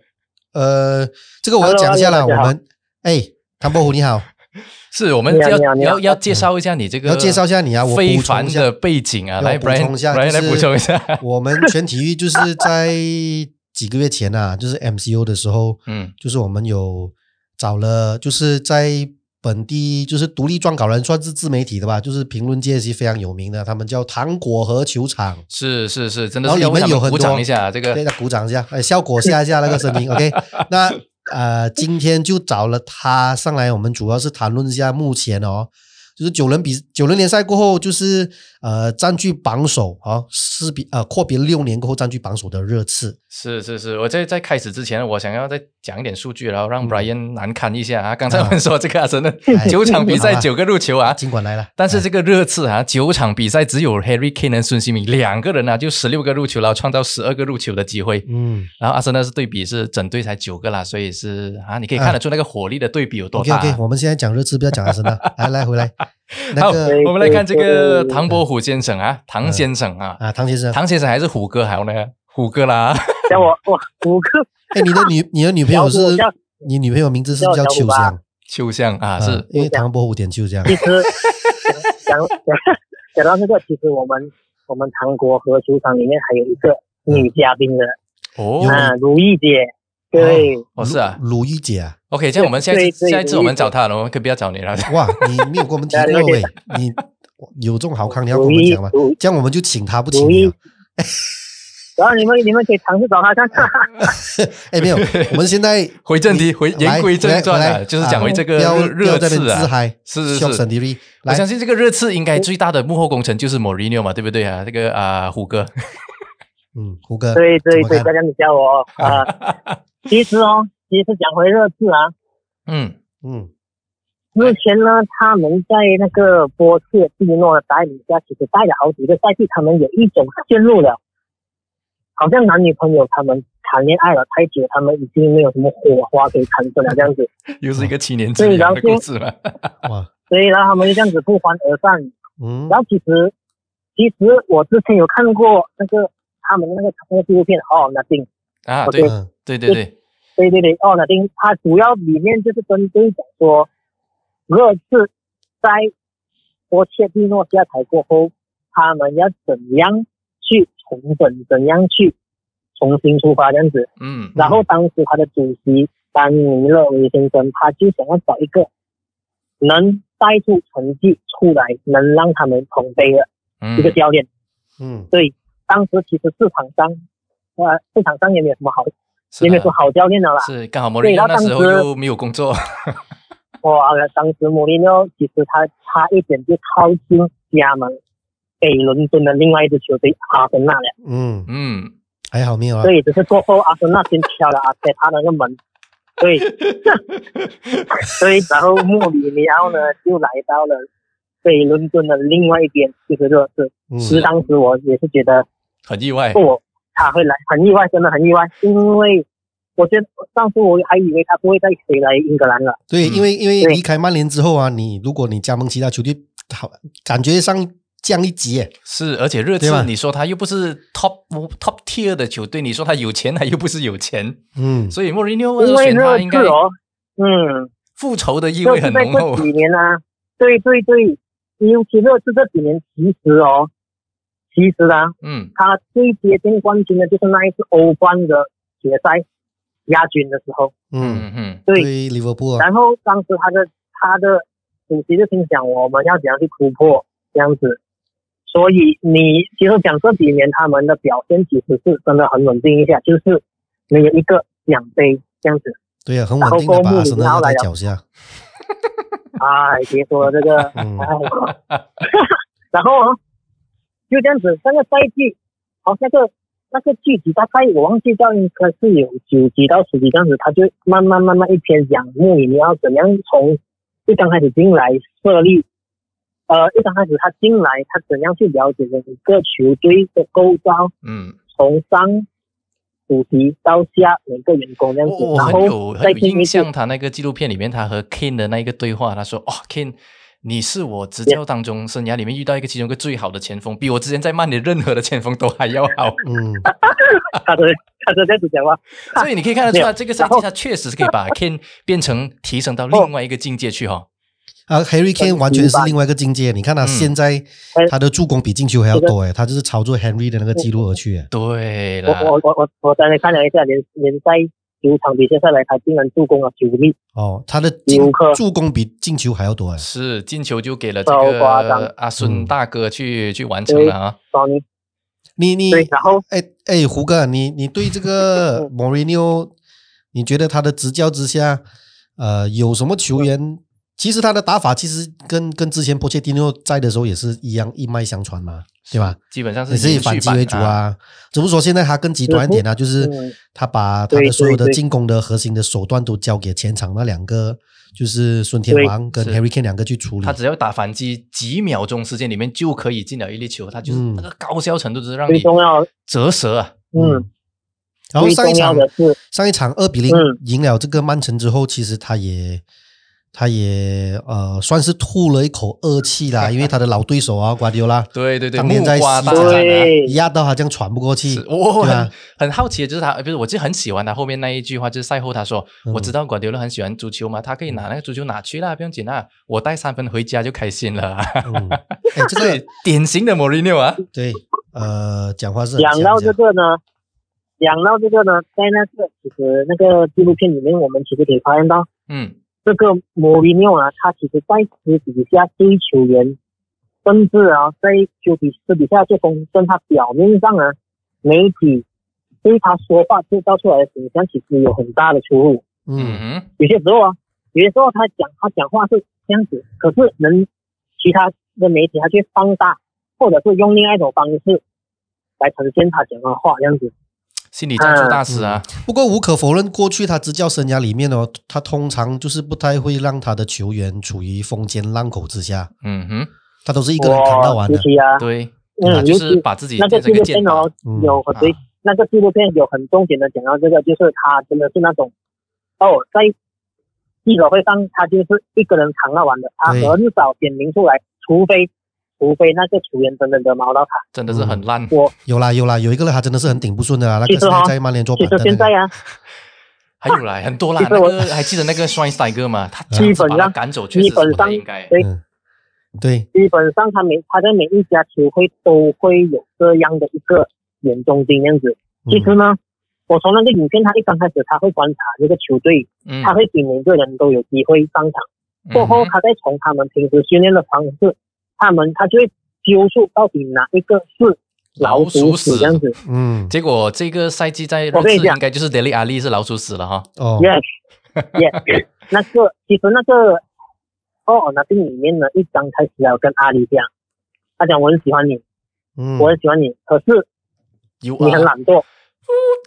Speaker 2: 呃，这个我要
Speaker 3: Hello，
Speaker 2: 讲一下啦。
Speaker 3: 大家
Speaker 2: 我
Speaker 3: 好
Speaker 2: 们哎，唐伯虎你好，
Speaker 1: 是我们
Speaker 3: 你好
Speaker 1: 要
Speaker 3: 你好你好
Speaker 1: 要要介绍一下你这个，
Speaker 2: 要介绍一下你啊，我
Speaker 1: 非
Speaker 2: 补充
Speaker 1: 凡
Speaker 2: 一
Speaker 1: 的
Speaker 2: 下，
Speaker 1: 背景啊，
Speaker 2: 要
Speaker 1: 来
Speaker 2: 补充一下
Speaker 1: Brian，Brian 来
Speaker 2: 就是
Speaker 1: 补充一下。
Speaker 2: 我们全体育就是在几个月前啊，就是 MCO 的时 候，
Speaker 1: 嗯
Speaker 2: 就是我们有找了，就是在本地就是独立撰稿人，算是自媒体的吧，就是评论界是非常有名的，他们叫糖果和球场。
Speaker 1: 是是是，真的
Speaker 2: 然后
Speaker 1: 是要
Speaker 2: 里
Speaker 1: 为
Speaker 2: 面
Speaker 1: 他
Speaker 2: 有
Speaker 1: 们
Speaker 2: 很
Speaker 1: 鼓
Speaker 2: 多，
Speaker 1: 掌一下啊这个
Speaker 2: 对，那鼓掌一下，哎，效果下一下那个声 音，OK 那。呃，今天就找了他上来，我们主要是谈论一下目前哦，就是九轮比九轮联赛过后，就是呃占据榜首哦，四比呃阔别六年过后占据榜首的热刺，
Speaker 1: 是是是，我在在开始之前，我想要再讲一点数据，然后让
Speaker 2: 嗯
Speaker 1: Brian 难堪一下啊。刚才
Speaker 2: 啊
Speaker 1: 我们说这个阿 森纳
Speaker 2: 哎
Speaker 1: 九场比赛
Speaker 2: 好吧
Speaker 1: 九个入球啊，
Speaker 2: 尽管来了，
Speaker 1: 但是
Speaker 2: 哎
Speaker 1: 这个热刺啊，九场比赛只有 Harry Kane 和孙兴民两个人啊，就十六个入球然后创造十二个入球的机会。
Speaker 2: 嗯
Speaker 1: 然后阿森纳是对比是整队才九个啦，所以是啊，你可以看得
Speaker 2: 哎
Speaker 1: 出那个火力的对比有多
Speaker 2: ，OK
Speaker 1: 大啊。
Speaker 2: OK，我们现在讲热刺，不要讲 阿森纳，来来回来，
Speaker 1: 好
Speaker 2: 那个，
Speaker 1: 我们来看这个唐伯虎先生啊，唐先生啊，
Speaker 2: 啊，唐先生，
Speaker 1: 唐先生还是虎哥好呢，虎哥啦。
Speaker 3: 像我我五个
Speaker 2: 哎，你的女你的女朋友是
Speaker 3: 小虎叫
Speaker 2: 你女朋友名字是
Speaker 3: 叫
Speaker 2: 叫
Speaker 3: 小虎
Speaker 2: 秋
Speaker 3: 吧
Speaker 2: 香。
Speaker 1: 秋香啊，
Speaker 2: 啊
Speaker 1: 是
Speaker 2: 因为唐伯虎点秋香。
Speaker 3: 其实讲讲讲到这个，其实我们我们韩国和球场里面还有一个
Speaker 2: 嗯
Speaker 3: 女嘉宾的，
Speaker 1: 哦
Speaker 2: 哎有
Speaker 3: 嗯，如意姐，对，
Speaker 1: 哦是啊，
Speaker 2: 鲁豫姐啊，
Speaker 1: OK，这样我们下一次
Speaker 3: 对对
Speaker 1: 下一次我们找他了，我们可以不要找你了。
Speaker 2: 哇，你没有跟我们提
Speaker 3: 对
Speaker 2: 过
Speaker 3: 对
Speaker 2: 喂，你有这种好康，你要跟
Speaker 3: 如
Speaker 2: 我们
Speaker 3: 意
Speaker 2: 讲吗？
Speaker 3: 如，
Speaker 2: 这样我们就请他不请你了。啊
Speaker 3: 然后你们你们可以尝试找她看看，
Speaker 2: 哦哎，没有，我们现在
Speaker 1: 回正题，回
Speaker 2: 你
Speaker 1: 言归正传
Speaker 2: 来
Speaker 1: 啊，
Speaker 2: 来
Speaker 1: 就是讲回这个
Speaker 2: 啊不要不
Speaker 1: 热
Speaker 2: 要在那
Speaker 1: 刺
Speaker 2: 边自
Speaker 1: 啊，
Speaker 2: 嗨，
Speaker 1: 是是
Speaker 2: 凶神
Speaker 1: 是。
Speaker 2: 敌厉。
Speaker 1: 我
Speaker 2: 来嗯
Speaker 1: 相，信这个热刺应该最大的幕后工程就是 Mourinho 嘛，对不对啊？这个啊，虎哥，
Speaker 2: 嗯，胡哥，
Speaker 3: 对对
Speaker 2: 怎么
Speaker 3: 对，
Speaker 2: 看
Speaker 3: 大家你教我啊。其实哦，其实讲回热刺啊，
Speaker 1: 嗯
Speaker 2: 嗯
Speaker 3: 之前呢，他们在那个波切蒂诺的带领下，其实带了好几个赛季，他们有一种陷入了，好像男女朋友他们谈恋爱了太久，他们已经没有什么火花可以产生了这样子，
Speaker 1: 又是一个七年
Speaker 2: 嗯
Speaker 1: 之痒的故事嘛。
Speaker 2: 哇，
Speaker 3: 所以呢，他们就这样子不欢而散。
Speaker 2: 嗯
Speaker 3: 然后其实，其实我之前有看过那个他们那个那个纪录片《哦，那定》，
Speaker 1: 啊，
Speaker 3: 我
Speaker 1: 对
Speaker 2: 嗯
Speaker 1: 对对对，
Speaker 3: 对对对，哦，那定，它主要里面就是跟跟讲说，热刺在波切蒂诺下台过后，他们要怎样去重整怎样去重新出发这样子。
Speaker 1: 嗯
Speaker 3: 然后当时他的主席丹尼勒维先生，他就想要找一个能带出成绩出来，能让他们捧杯的一个
Speaker 1: 嗯
Speaker 3: 教练。
Speaker 2: 嗯
Speaker 3: 当时其实市场上，呃，市场上也没有什么好，
Speaker 1: 是
Speaker 3: 也没有
Speaker 1: 的
Speaker 3: 什么好教练的啦。
Speaker 1: 是刚好莫里
Speaker 3: 对
Speaker 1: 诺
Speaker 3: 他
Speaker 1: 那
Speaker 3: 当
Speaker 1: 时候
Speaker 3: 时
Speaker 1: 又没有工作，
Speaker 3: 哇，当时穆里尼奥其实他差一点就靠近加盟北伦敦的另外一支球队阿森纳了，
Speaker 2: 嗯，
Speaker 1: 嗯
Speaker 2: 还好没有啊
Speaker 3: 所。以只是过后阿森纳先敲了阿塞他那个门，所以所以然后穆里尼奥呢就来到了北伦敦的另外一边，就是热刺。
Speaker 2: 嗯
Speaker 3: 其实当时我也是觉得
Speaker 1: 很意
Speaker 2: 哦
Speaker 1: 外，
Speaker 3: 我他会来，很意外，真的很意外，因为我觉得当时我还以为他不会再回来英格兰了。
Speaker 2: 对，
Speaker 1: 嗯
Speaker 2: 因为因为
Speaker 3: 对
Speaker 2: 离开曼联之后啊，你如果你加盟其他球队，好感觉上降一级耶。
Speaker 1: 是而且热
Speaker 2: 对吧
Speaker 1: 刺你说他又不是 top top tier 的球队，你说他有钱他又不是有钱，
Speaker 2: 嗯
Speaker 1: 所以莫里尼
Speaker 3: 因
Speaker 1: 奥
Speaker 3: 为
Speaker 1: 选
Speaker 3: 热
Speaker 1: 他应
Speaker 3: 刺
Speaker 1: 该
Speaker 3: 哦，嗯，
Speaker 1: 复仇的意
Speaker 3: 热
Speaker 1: 味
Speaker 3: 刺
Speaker 1: 很
Speaker 3: 在
Speaker 1: 浓厚
Speaker 3: 这，几年呢、对对对，尤其热刺这几年其实哦，其实啊，
Speaker 1: 嗯
Speaker 3: 他最接近冠军的就是那一次欧冠的决赛亚军的时候，
Speaker 2: 嗯，
Speaker 1: 嗯嗯
Speaker 3: 对，
Speaker 2: 对利物浦啊，
Speaker 3: 然后当时他的他的主席就心想我们要怎样去突破这样子，所以你其实讲这几年他们的表现其实是真的很稳定一下，就是没有一个奖杯这样子。
Speaker 2: 对呀、啊，很稳定
Speaker 3: 然
Speaker 2: 的把
Speaker 3: 后公
Speaker 2: 阿
Speaker 3: 布
Speaker 2: 森
Speaker 3: 然
Speaker 2: 纳压
Speaker 3: 后来
Speaker 2: 在
Speaker 3: 了
Speaker 2: 脚下。
Speaker 3: 哎，别说了这个，哎
Speaker 2: 嗯，
Speaker 3: 然后啊，就这样子，那个赛季，好、那个那个剧集大概我忘记掉，应该是有九集到十集这样子，他就慢慢慢慢一篇讲穆里尼奥怎样从一刚开始进来设立，呃，一刚开始他进来，他怎样去了解整个球队的构造，
Speaker 1: 嗯，
Speaker 3: 从上主席到下每个员工这样子，
Speaker 1: 我我
Speaker 3: 嗯然
Speaker 1: 哦很有
Speaker 3: 后
Speaker 1: 很
Speaker 3: 再
Speaker 1: 有
Speaker 3: 进一
Speaker 1: 印
Speaker 3: 步
Speaker 1: 象，他那个纪录片里面他和 Kane 的那一个对话，他说：“哦，Kane，你是我执教当中生涯里面遇到一个其中一个最好的前锋，比我之前在曼联任何的前锋都还要 好。
Speaker 2: 嗯，
Speaker 3: 他的 他的这样子讲话，
Speaker 1: 所以你可以看得出
Speaker 3: 没
Speaker 1: 来，
Speaker 3: 有
Speaker 1: 这个赛
Speaker 3: 然
Speaker 1: 季
Speaker 3: 后哦
Speaker 1: 他确实是可以把 Kane 变成提升到另外一个境界去哈、
Speaker 2: 啊，Harry Kane 完全是另外一个境界。你看他
Speaker 1: 嗯
Speaker 2: 现在
Speaker 3: 哎
Speaker 2: 他的助攻比进球还要多哎，他就是朝着 Henry 的那个记录而去哎。
Speaker 1: 对
Speaker 3: 我
Speaker 1: 啦，
Speaker 3: 我我我我刚才看了一下联联赛九场比赛下来，他竟然助攻了九粒，
Speaker 2: 哦，他的进
Speaker 3: 有可
Speaker 2: 助攻比进球还要多哎。
Speaker 1: 是进球就给了这
Speaker 3: 超夸张嗯
Speaker 1: 个阿孙大哥去、去完成了啊。
Speaker 3: s o n
Speaker 2: 你你
Speaker 3: 对，然后
Speaker 2: 哎哎，胡哥，你你对这个莫里尼奥，你觉得他的执教之下，呃，有什么球员？其实他的打法其实跟跟之前波切蒂诺在的时候也是一样，一脉相传嘛，对吧？
Speaker 1: 基本上是
Speaker 2: 也是以
Speaker 1: 延续
Speaker 2: 反击
Speaker 1: 版
Speaker 2: 为主
Speaker 1: 啊，
Speaker 2: 啊，只不过说现在他更极端一点啊，就是
Speaker 3: 嗯
Speaker 2: 他把他的
Speaker 3: 对
Speaker 2: 所有的
Speaker 3: 对对
Speaker 2: 进攻的核心的手段都交给前场那两个，就是孙天
Speaker 3: 对
Speaker 2: 王跟
Speaker 1: 是
Speaker 2: Harry Kane 两个去处理
Speaker 1: 他。只要打反击，几秒钟时间里面就可以进了一粒球，他就是
Speaker 2: 嗯
Speaker 1: 那个高效程度，就是让
Speaker 3: 最
Speaker 1: 你
Speaker 3: 重要，
Speaker 1: 折舌啊。
Speaker 3: 嗯，，
Speaker 2: 然后
Speaker 3: 最
Speaker 2: 上一
Speaker 3: 重要
Speaker 2: 场
Speaker 3: 的是，
Speaker 2: 上一场二比零
Speaker 3: 嗯
Speaker 2: 赢了这个曼城之后，其实他也他也呃算是吐了一口恶气 啦，因为他的老对手啊瓜迪奥拉
Speaker 1: 对对对，
Speaker 2: 当
Speaker 1: 木
Speaker 2: 年在
Speaker 1: 瓜
Speaker 2: 西
Speaker 1: 大
Speaker 2: 甲
Speaker 1: 战啊。
Speaker 3: 对
Speaker 2: 压到他这样喘不过气
Speaker 1: 是，我我
Speaker 2: 对啊
Speaker 1: 很很好奇的就是他，呃不是，我就很喜欢他后面那一句话，就是赛后他说：“
Speaker 2: 嗯
Speaker 1: 我知道瓜迪奥拉很喜欢足球嘛，他可以拿那个足球拿去啦，不用紧啦，我带三分回家就开心了。
Speaker 2: 嗯，哎，这个
Speaker 1: 对，典型的莫里纽啊，
Speaker 2: 对，呃，讲话是很
Speaker 3: 讲
Speaker 2: 强
Speaker 3: 到这个呢，讲到这个呢，在那个其实那个纪录片里面，我们其实可以发现到，
Speaker 1: 嗯，
Speaker 3: 这个莫里纽啊，他其实在私底下对球员，甚至啊，在球底私底下做风，跟他表面上啊，媒体对他说话制造出来的形象，其实有很大的出入。
Speaker 2: 嗯
Speaker 1: 嗯哼，
Speaker 3: 有些时候啊，有些时候他讲他讲话是这样子，可是能其他的媒体他去放大，或者是用另外一种方式来呈现他讲的话这样子。
Speaker 1: 心理
Speaker 3: 嗯
Speaker 1: 战术大师啊，
Speaker 2: 不过无可否认，过去他执教生涯里面哦，他通常就是不太会让他的球员处于风尖浪口之下，
Speaker 1: 嗯哼，
Speaker 2: 他都是一个人扛到
Speaker 3: 我
Speaker 2: 完
Speaker 3: 尤
Speaker 2: 的。
Speaker 3: 其啊，
Speaker 1: 对，他
Speaker 3: 嗯，尤
Speaker 1: 就是
Speaker 3: 其
Speaker 1: 把自己
Speaker 3: 那
Speaker 1: 变
Speaker 3: 个
Speaker 1: 成一
Speaker 3: 纪
Speaker 1: 个
Speaker 3: 录
Speaker 1: 箭
Speaker 3: 片
Speaker 1: 靶
Speaker 3: 哦，
Speaker 2: 嗯
Speaker 3: 有很对、
Speaker 1: 啊
Speaker 3: 那个纪录片有很重点的讲到啊这个，就是他真的是那种哦，在记者会上他就是一个人扛到完的，他
Speaker 2: 对
Speaker 3: 很少点名出来，除非除非那个球员真的惹毛到他。
Speaker 1: 真的是很烂。
Speaker 3: 我
Speaker 2: 有啦有啦，有一个人他真的是很顶不顺的啦，啊那个
Speaker 3: 其实哦
Speaker 2: 是在曼联做
Speaker 3: 其
Speaker 2: 板凳的
Speaker 3: 实
Speaker 2: 那
Speaker 3: 现在
Speaker 2: 个。
Speaker 3: 啊，
Speaker 1: 还有 啦，很多啦，
Speaker 3: 其实
Speaker 1: 那
Speaker 3: 我
Speaker 1: 个还记得那个 s c h w e i n s t e i g e r 嘛， 他这样
Speaker 3: 基
Speaker 1: 子
Speaker 3: 本
Speaker 1: 把他
Speaker 3: 上
Speaker 1: 赶走，确实
Speaker 3: 基本
Speaker 1: 是不太
Speaker 3: 上
Speaker 1: 应该。
Speaker 3: 对
Speaker 2: 嗯，对，
Speaker 3: 基本上他每他在每一家球会都会有这样的一个眼中钉那样子。
Speaker 2: 嗯
Speaker 3: 其实呢，我从那个影片，他一刚开始他会观察这个球队，
Speaker 1: 嗯，
Speaker 3: 他会给每个人都有机会上场。啊过后，他再从他们平时训练的方式，他们他就会揪出到底哪一个是
Speaker 1: 老鼠
Speaker 3: 鼠
Speaker 1: 屎
Speaker 3: 这样子。
Speaker 2: 嗯
Speaker 1: 结果这个赛季在日
Speaker 3: 我跟
Speaker 1: 刺
Speaker 3: 你讲
Speaker 1: 应该就是 Deli Ali 是老鼠屎了哈。
Speaker 2: 哦
Speaker 3: Yes, yes 。那个其实那个《哦，那 n 里面呢，一刚开始啊，我跟阿里讲，他讲我很喜欢你，
Speaker 2: 嗯
Speaker 3: 我很喜欢你，可是
Speaker 1: You
Speaker 3: 你很
Speaker 1: are
Speaker 3: 懒惰。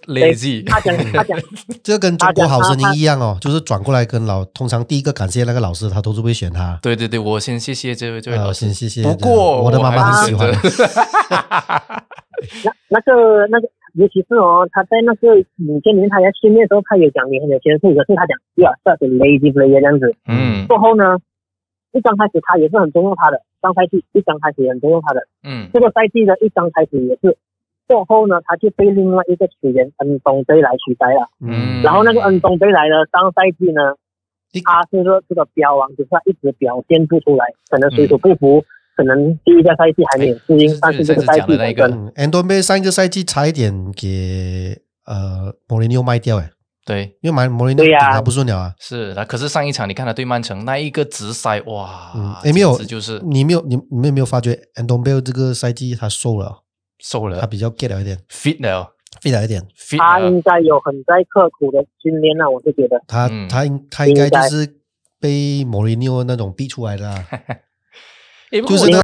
Speaker 1: lazy。
Speaker 3: 他讲他讲
Speaker 2: 这跟中
Speaker 3: 他
Speaker 2: 国
Speaker 3: 讲
Speaker 2: 好
Speaker 3: 他
Speaker 2: 声音
Speaker 3: 他
Speaker 2: 一样哦，就是转过来跟老，通常第一个感谢那个老师，他都是会选他。
Speaker 1: 对对对，我先谢谢这位这位
Speaker 2: 呃
Speaker 1: 老
Speaker 2: 先
Speaker 1: 师。
Speaker 2: 谢谢。
Speaker 1: 不过
Speaker 2: 我的妈妈很喜欢
Speaker 1: 我。还是觉得
Speaker 3: 那那个那个，尤其是哦，他在那个影片里面，他在训练的时候，他也讲你很有天赋，可是他讲 you are such a lazy player 这样子。
Speaker 1: 嗯
Speaker 3: 过后呢，一刚开始他也是很重用他的，刚开始一刚开始也很重用他的，
Speaker 1: 嗯
Speaker 3: 这个赛季的一刚开始也是。过后呢，他就被另外一个球员恩东贝来取代了。
Speaker 1: 嗯
Speaker 3: 然后那个恩东贝莱呢，上赛季呢
Speaker 2: 一，
Speaker 3: 他是热刺的标王，只是他一直表现不出来，可能水土不服，可能第一个赛季还没有适
Speaker 1: 哎
Speaker 3: 应，但是
Speaker 1: 这
Speaker 3: 嗯
Speaker 1: 是
Speaker 3: 这个
Speaker 1: 这是
Speaker 3: 赛
Speaker 1: 讲的
Speaker 3: 季
Speaker 1: 那一个
Speaker 3: 本身
Speaker 2: 嗯安东贝上一个赛季差一点给呃莫雷纽卖掉哎，
Speaker 1: 对，
Speaker 2: 因为买莫雷纽
Speaker 3: 对
Speaker 2: 顶
Speaker 3: 呀
Speaker 2: 他不顺了啊。
Speaker 1: 是那可是上一场你看他对曼城那一个直塞，
Speaker 2: 嗯
Speaker 1: 哇，，
Speaker 2: 哎没有
Speaker 1: 简直，就是
Speaker 2: 你没有你你们有没有发觉安东贝这个赛季他瘦了，
Speaker 1: 瘦
Speaker 2: 他
Speaker 1: 了
Speaker 2: 比较 get 了一点
Speaker 1: ，fit 了
Speaker 2: ，fit 了一点。
Speaker 1: ，fit
Speaker 3: 他
Speaker 1: 了
Speaker 3: 应，该有很在刻苦的训练啊，我是觉得。
Speaker 2: 他
Speaker 1: 嗯
Speaker 2: 他应他应该
Speaker 3: 应该
Speaker 2: 就是被莫雷纽那种逼出来的啊，
Speaker 1: 哎不过
Speaker 2: 就是
Speaker 1: 我
Speaker 2: 那个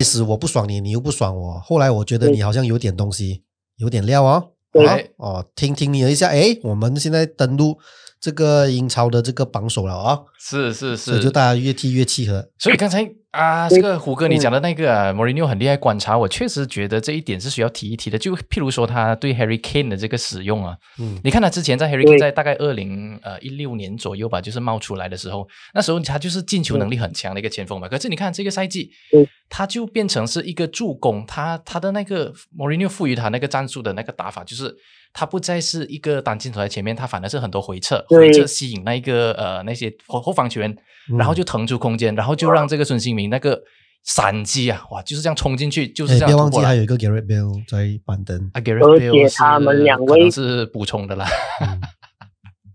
Speaker 2: 开始我不爽你，你又不爽我，后来我觉得
Speaker 3: 对
Speaker 2: 你好像有点东西，有点料哦。
Speaker 3: 对
Speaker 2: 啊哦，听听你的一下，诶，我们现在登录这个英超的这个榜首了啊、
Speaker 1: 是是
Speaker 2: 所以
Speaker 1: 是
Speaker 2: 就，大家越踢越契合。
Speaker 1: 所以刚才啊，
Speaker 3: 对嗯
Speaker 1: 这个胡哥你讲的那个啊，莫里纽很厉害观察，我确实觉得这一点是需要提一提的。就譬如说他对 Harry Kane 的这个使用啊，
Speaker 2: 嗯
Speaker 1: 你看他之前在 Harry
Speaker 3: 对
Speaker 1: Kane 在大概二零呃一六年左右吧，就是冒出来的时候，那时候他就是进球能力很强的一个前锋嘛。可是你看这个赛季
Speaker 3: 对，
Speaker 1: 他就变成是一个助攻，他他的那个莫里纽赋予他那个战术的那个打法，就是他不再是一个单进球在前面，他反而是很多回撤，
Speaker 3: 对
Speaker 1: 回撤吸引那一个呃那些后后防球员
Speaker 2: 嗯
Speaker 1: 然后就腾出空间，然后就让这个孙兴民那个闪击啊，哇，就是这样冲进去，就是
Speaker 2: 诶
Speaker 1: 这样
Speaker 2: 不要
Speaker 1: 突
Speaker 2: 哎忘记
Speaker 1: 破了
Speaker 2: 还。有一个 Garrett Bale 在板凳。
Speaker 1: 啊 Gareth
Speaker 3: 而
Speaker 1: Bale
Speaker 3: 且他
Speaker 1: 是
Speaker 3: 们两
Speaker 1: 可
Speaker 3: 位
Speaker 1: 能是补充的啦，
Speaker 2: 嗯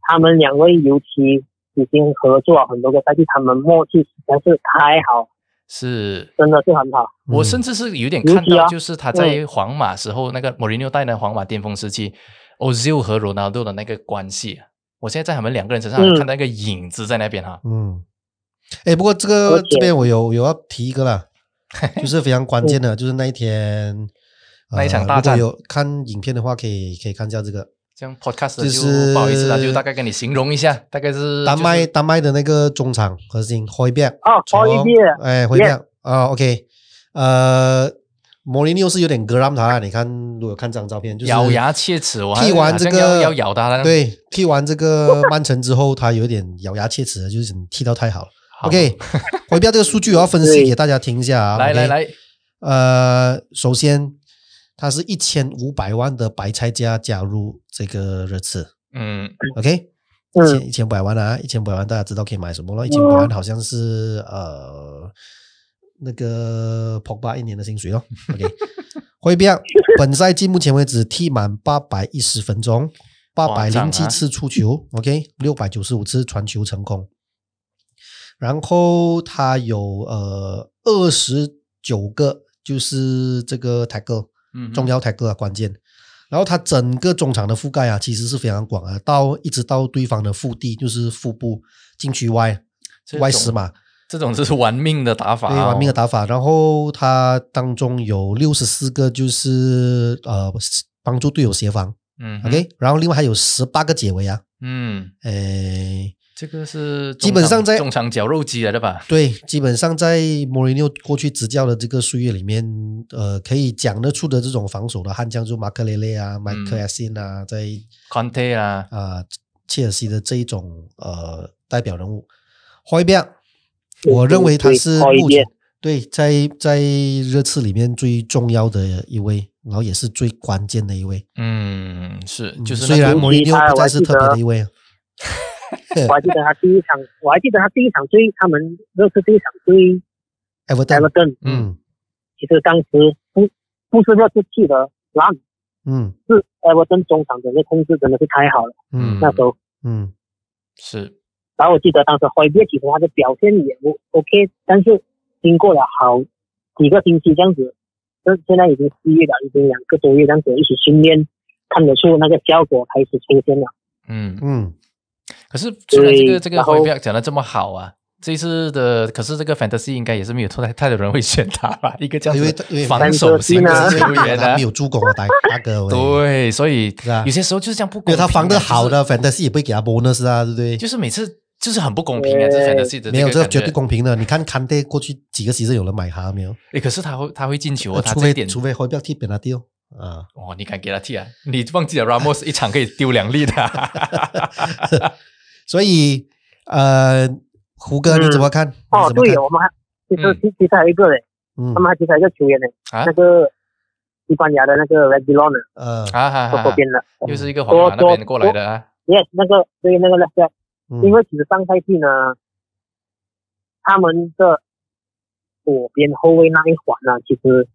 Speaker 3: 他们两位尤其已经合作了很多个赛季，他们默契实在是太好，
Speaker 1: 是。
Speaker 3: 真的是很好。
Speaker 1: 我
Speaker 2: 嗯
Speaker 1: 甚至是有点
Speaker 3: 尤
Speaker 1: 看
Speaker 3: 其
Speaker 1: 到，
Speaker 3: 啊
Speaker 1: 就是他在皇马时候、那个莫里纽带的皇马巅峰时期，Ozil 和 Ronaldo 的那个关系，啊我现在在他们两个人身上
Speaker 3: 嗯
Speaker 1: 看到一个影子在那边啊哈。
Speaker 2: 嗯，哎，不过这个
Speaker 3: 而且
Speaker 2: 这边我有有要提一 个啦，就是非常关键的，就是那一天、呃
Speaker 1: 嗯那一场大战
Speaker 2: 如果有看影片的话，可以可以看一下这个
Speaker 1: 这样 podcast
Speaker 2: 就
Speaker 1: 就是不好意思啦，就大概跟你形容一下，大概是
Speaker 2: 丹麦
Speaker 1: 就是
Speaker 2: 丹麦的那个中场核心 h o y b e
Speaker 3: 哦，好一点，
Speaker 2: 哎 h o y b e 啊，OK，呃，莫林纽是有点割让他啦，你看如果有看这张照片，就是
Speaker 1: 咬牙切齿，我还
Speaker 2: 踢完这
Speaker 1: 好像
Speaker 2: 个
Speaker 1: 要要咬他了。
Speaker 2: 对，踢完这个曼城之后，他有点咬牙切齿了，就是踢到太好了。
Speaker 1: 好
Speaker 2: OK，回标这个数据我要分析
Speaker 3: 对
Speaker 2: 给大家听一下啊。
Speaker 1: 来
Speaker 2: OK
Speaker 1: 来来，
Speaker 2: 呃，首先，他是一千五百万的白菜价加入这个热刺
Speaker 1: 嗯，
Speaker 2: ，OK，一
Speaker 3: 嗯
Speaker 2: 千一千五百万啊，一千五百万大家知道可以买什么了？一千五百万好像是呃那个 Pogba 一年的薪水咯 o k 回标本赛季目前为止踢满八百一十分钟，八百
Speaker 1: 哇
Speaker 2: 零
Speaker 1: 涨
Speaker 2: 七
Speaker 1: 啊
Speaker 2: 次出球，OK，六百九十五次传球成功。然后他有呃二十九个，就是这个 tackle
Speaker 1: 嗯哼
Speaker 2: 重要 tackle 啊关键。然后他整个中场的覆盖啊，其实是非常广啊，到一直到对方的腹地，就是腹部禁区外
Speaker 1: 这
Speaker 2: 外
Speaker 1: 种
Speaker 2: 十码，
Speaker 1: 这种就是玩命的打法、哦
Speaker 2: 对，玩命的。打法。然后他当中有六十四个，就是呃帮助队友协防、
Speaker 1: 嗯
Speaker 2: o
Speaker 1: 哼
Speaker 2: k 然后另外还有十八个解围啊，
Speaker 1: 嗯，
Speaker 2: 诶，
Speaker 1: 这个是
Speaker 2: 基本上在
Speaker 1: 中场绞肉机来的吧？
Speaker 2: 对，基本上在莫里纽过去执教的这个岁月里面，呃，可以讲得出的这种防守的悍将，就马克雷雷啊、麦
Speaker 1: 嗯
Speaker 2: 克亚辛啊，在
Speaker 1: Conte 啦，
Speaker 2: 啊、切尔西的这一种呃代表人物。霍伊比亚，
Speaker 3: 对
Speaker 2: 啊我认为他
Speaker 3: 嗯对
Speaker 2: 是
Speaker 3: 霍伊
Speaker 2: 目
Speaker 3: 比亚
Speaker 2: 前对在在热刺里面最重要的一位，然后也是最关键的一位。
Speaker 1: 嗯，是，
Speaker 2: 嗯
Speaker 1: 就是
Speaker 2: 虽
Speaker 1: 那
Speaker 2: 然
Speaker 1: 个
Speaker 2: 莫里纽
Speaker 3: 他
Speaker 2: 不
Speaker 3: 我
Speaker 2: 再
Speaker 3: 还
Speaker 2: 是
Speaker 3: 记
Speaker 2: 特别
Speaker 3: 得
Speaker 2: 的一位啊，
Speaker 3: 我还记得他第一场，我还记得他第一场对他们热刺第一场对
Speaker 2: 埃弗顿，
Speaker 3: Everton，
Speaker 1: 嗯
Speaker 2: 嗯
Speaker 3: 其实当时不不是热刺气的，然后
Speaker 2: 嗯
Speaker 3: 是埃弗顿中场整个控制真的是太好了，
Speaker 2: 嗯
Speaker 3: 那时候。
Speaker 2: 嗯
Speaker 1: 是
Speaker 3: 然后我记得当时辉夜其实他的表现也不 OK，但是经过了好几个星期这样子，这现在已经四月了，已经两个多月这样子一起训练，看得出那个效果开始出现了。
Speaker 1: 嗯，
Speaker 2: 嗯
Speaker 1: 可是虽然这个
Speaker 3: 对
Speaker 1: 这个
Speaker 3: 然后
Speaker 1: h o y 讲的这么好啊，这一次的可是这个 Fantasy 应该也是没有太太多人会选他吧？ 一个这样
Speaker 2: 因为因
Speaker 1: 子
Speaker 2: 为
Speaker 1: 防守型的
Speaker 3: Fantasy
Speaker 1: 球员
Speaker 2: 他
Speaker 1: 啊
Speaker 2: 没，有助攻啊，大大哥， 我跟你讲，
Speaker 1: 对，所以
Speaker 2: 是啊
Speaker 1: 有些时候就是这样不
Speaker 2: 因
Speaker 1: 公
Speaker 2: 为
Speaker 1: 平啊。
Speaker 2: 他防的
Speaker 1: 就
Speaker 2: 好
Speaker 1: 是
Speaker 2: 的，fantasy 也不会给他 bonus 啊，对不对？
Speaker 1: 就是每次就是很不公平啊，这是
Speaker 3: 对
Speaker 1: fantasy 的
Speaker 2: 没有，这
Speaker 1: 个
Speaker 2: 个绝
Speaker 1: 感
Speaker 2: 对
Speaker 1: 觉。
Speaker 2: 公平的。你看坎特过去几个席阵有人买他没有？
Speaker 1: 诶，可是他会他会进球啊，他
Speaker 2: 呃除
Speaker 1: 这一
Speaker 2: 非
Speaker 1: 点
Speaker 2: 除非回标踢本拉丢啊，
Speaker 1: 哦，你敢给他踢啊？你忘记了 Ramos 一场可以丢两粒的啊，
Speaker 2: 所以呃，胡哥
Speaker 3: 嗯
Speaker 2: 你怎么看？
Speaker 3: 哦，
Speaker 2: 你怎么看
Speaker 3: 对，我们还其实
Speaker 1: 嗯
Speaker 3: 其其实还有一个嘞，
Speaker 2: 嗯
Speaker 3: 他们还其实还有一个球员嘞，
Speaker 1: 啊
Speaker 3: 那个西班牙的那个 Regulon
Speaker 2: 呃
Speaker 1: 啊哈
Speaker 3: 坐
Speaker 1: 哈
Speaker 3: 左
Speaker 1: 哈，
Speaker 3: 边的，
Speaker 1: 又是一个皇马那边过来的啊，
Speaker 3: 也、yes, 那个对那个 left back，
Speaker 2: 嗯
Speaker 3: 因为其实上赛季呢，他们的左边后卫那一环呢，其实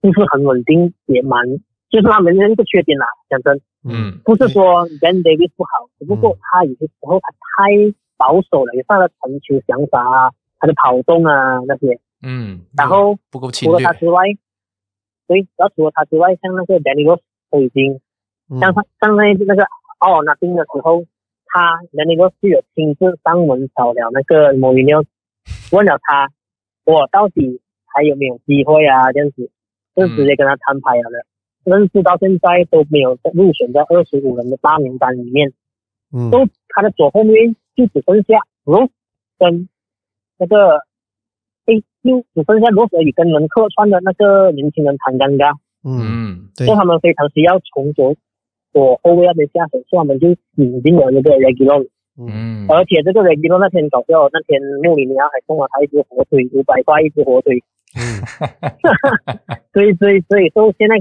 Speaker 3: 不是很稳定，也蛮就是他们的一个缺点啦。讲真，
Speaker 1: 嗯
Speaker 3: 不是说 Ben Davis 不好，只不过
Speaker 2: 嗯
Speaker 3: 他有些时候他太保守了，有他的传球想法啊，他的跑动啊那些。
Speaker 1: 嗯，
Speaker 3: 然后
Speaker 1: 不够侵
Speaker 3: 除了
Speaker 1: 略
Speaker 3: 他，之外，对，然后除了他之外，像那个 Danny Rose 都已经
Speaker 2: 嗯
Speaker 3: 像他像那那个哦奥尔纳丁的时候，他的那个队友亲自上门找了那个摩里纽，问了他，我到底还有没有机会啊？这样子，就直接跟他摊牌了的。甚至到现在都没有入选在二十五人的大名单里面，
Speaker 2: 嗯
Speaker 3: 都他的左后面就只剩下罗跟那个，诶，就只剩下罗而已，跟人客串的那个年轻人谭刚刚。
Speaker 2: 嗯
Speaker 1: 嗯
Speaker 2: 对
Speaker 3: 所以他们非常需要从左左后卫那边下手，所以他们就引进了那个 Regulon，、
Speaker 2: 嗯
Speaker 1: 嗯
Speaker 3: 而且这个 Regulon 那天搞笑，那天穆里尼奥啊还送了他一只火腿，五百块一只火腿，
Speaker 2: 嗯
Speaker 3: 所以所以所以说现在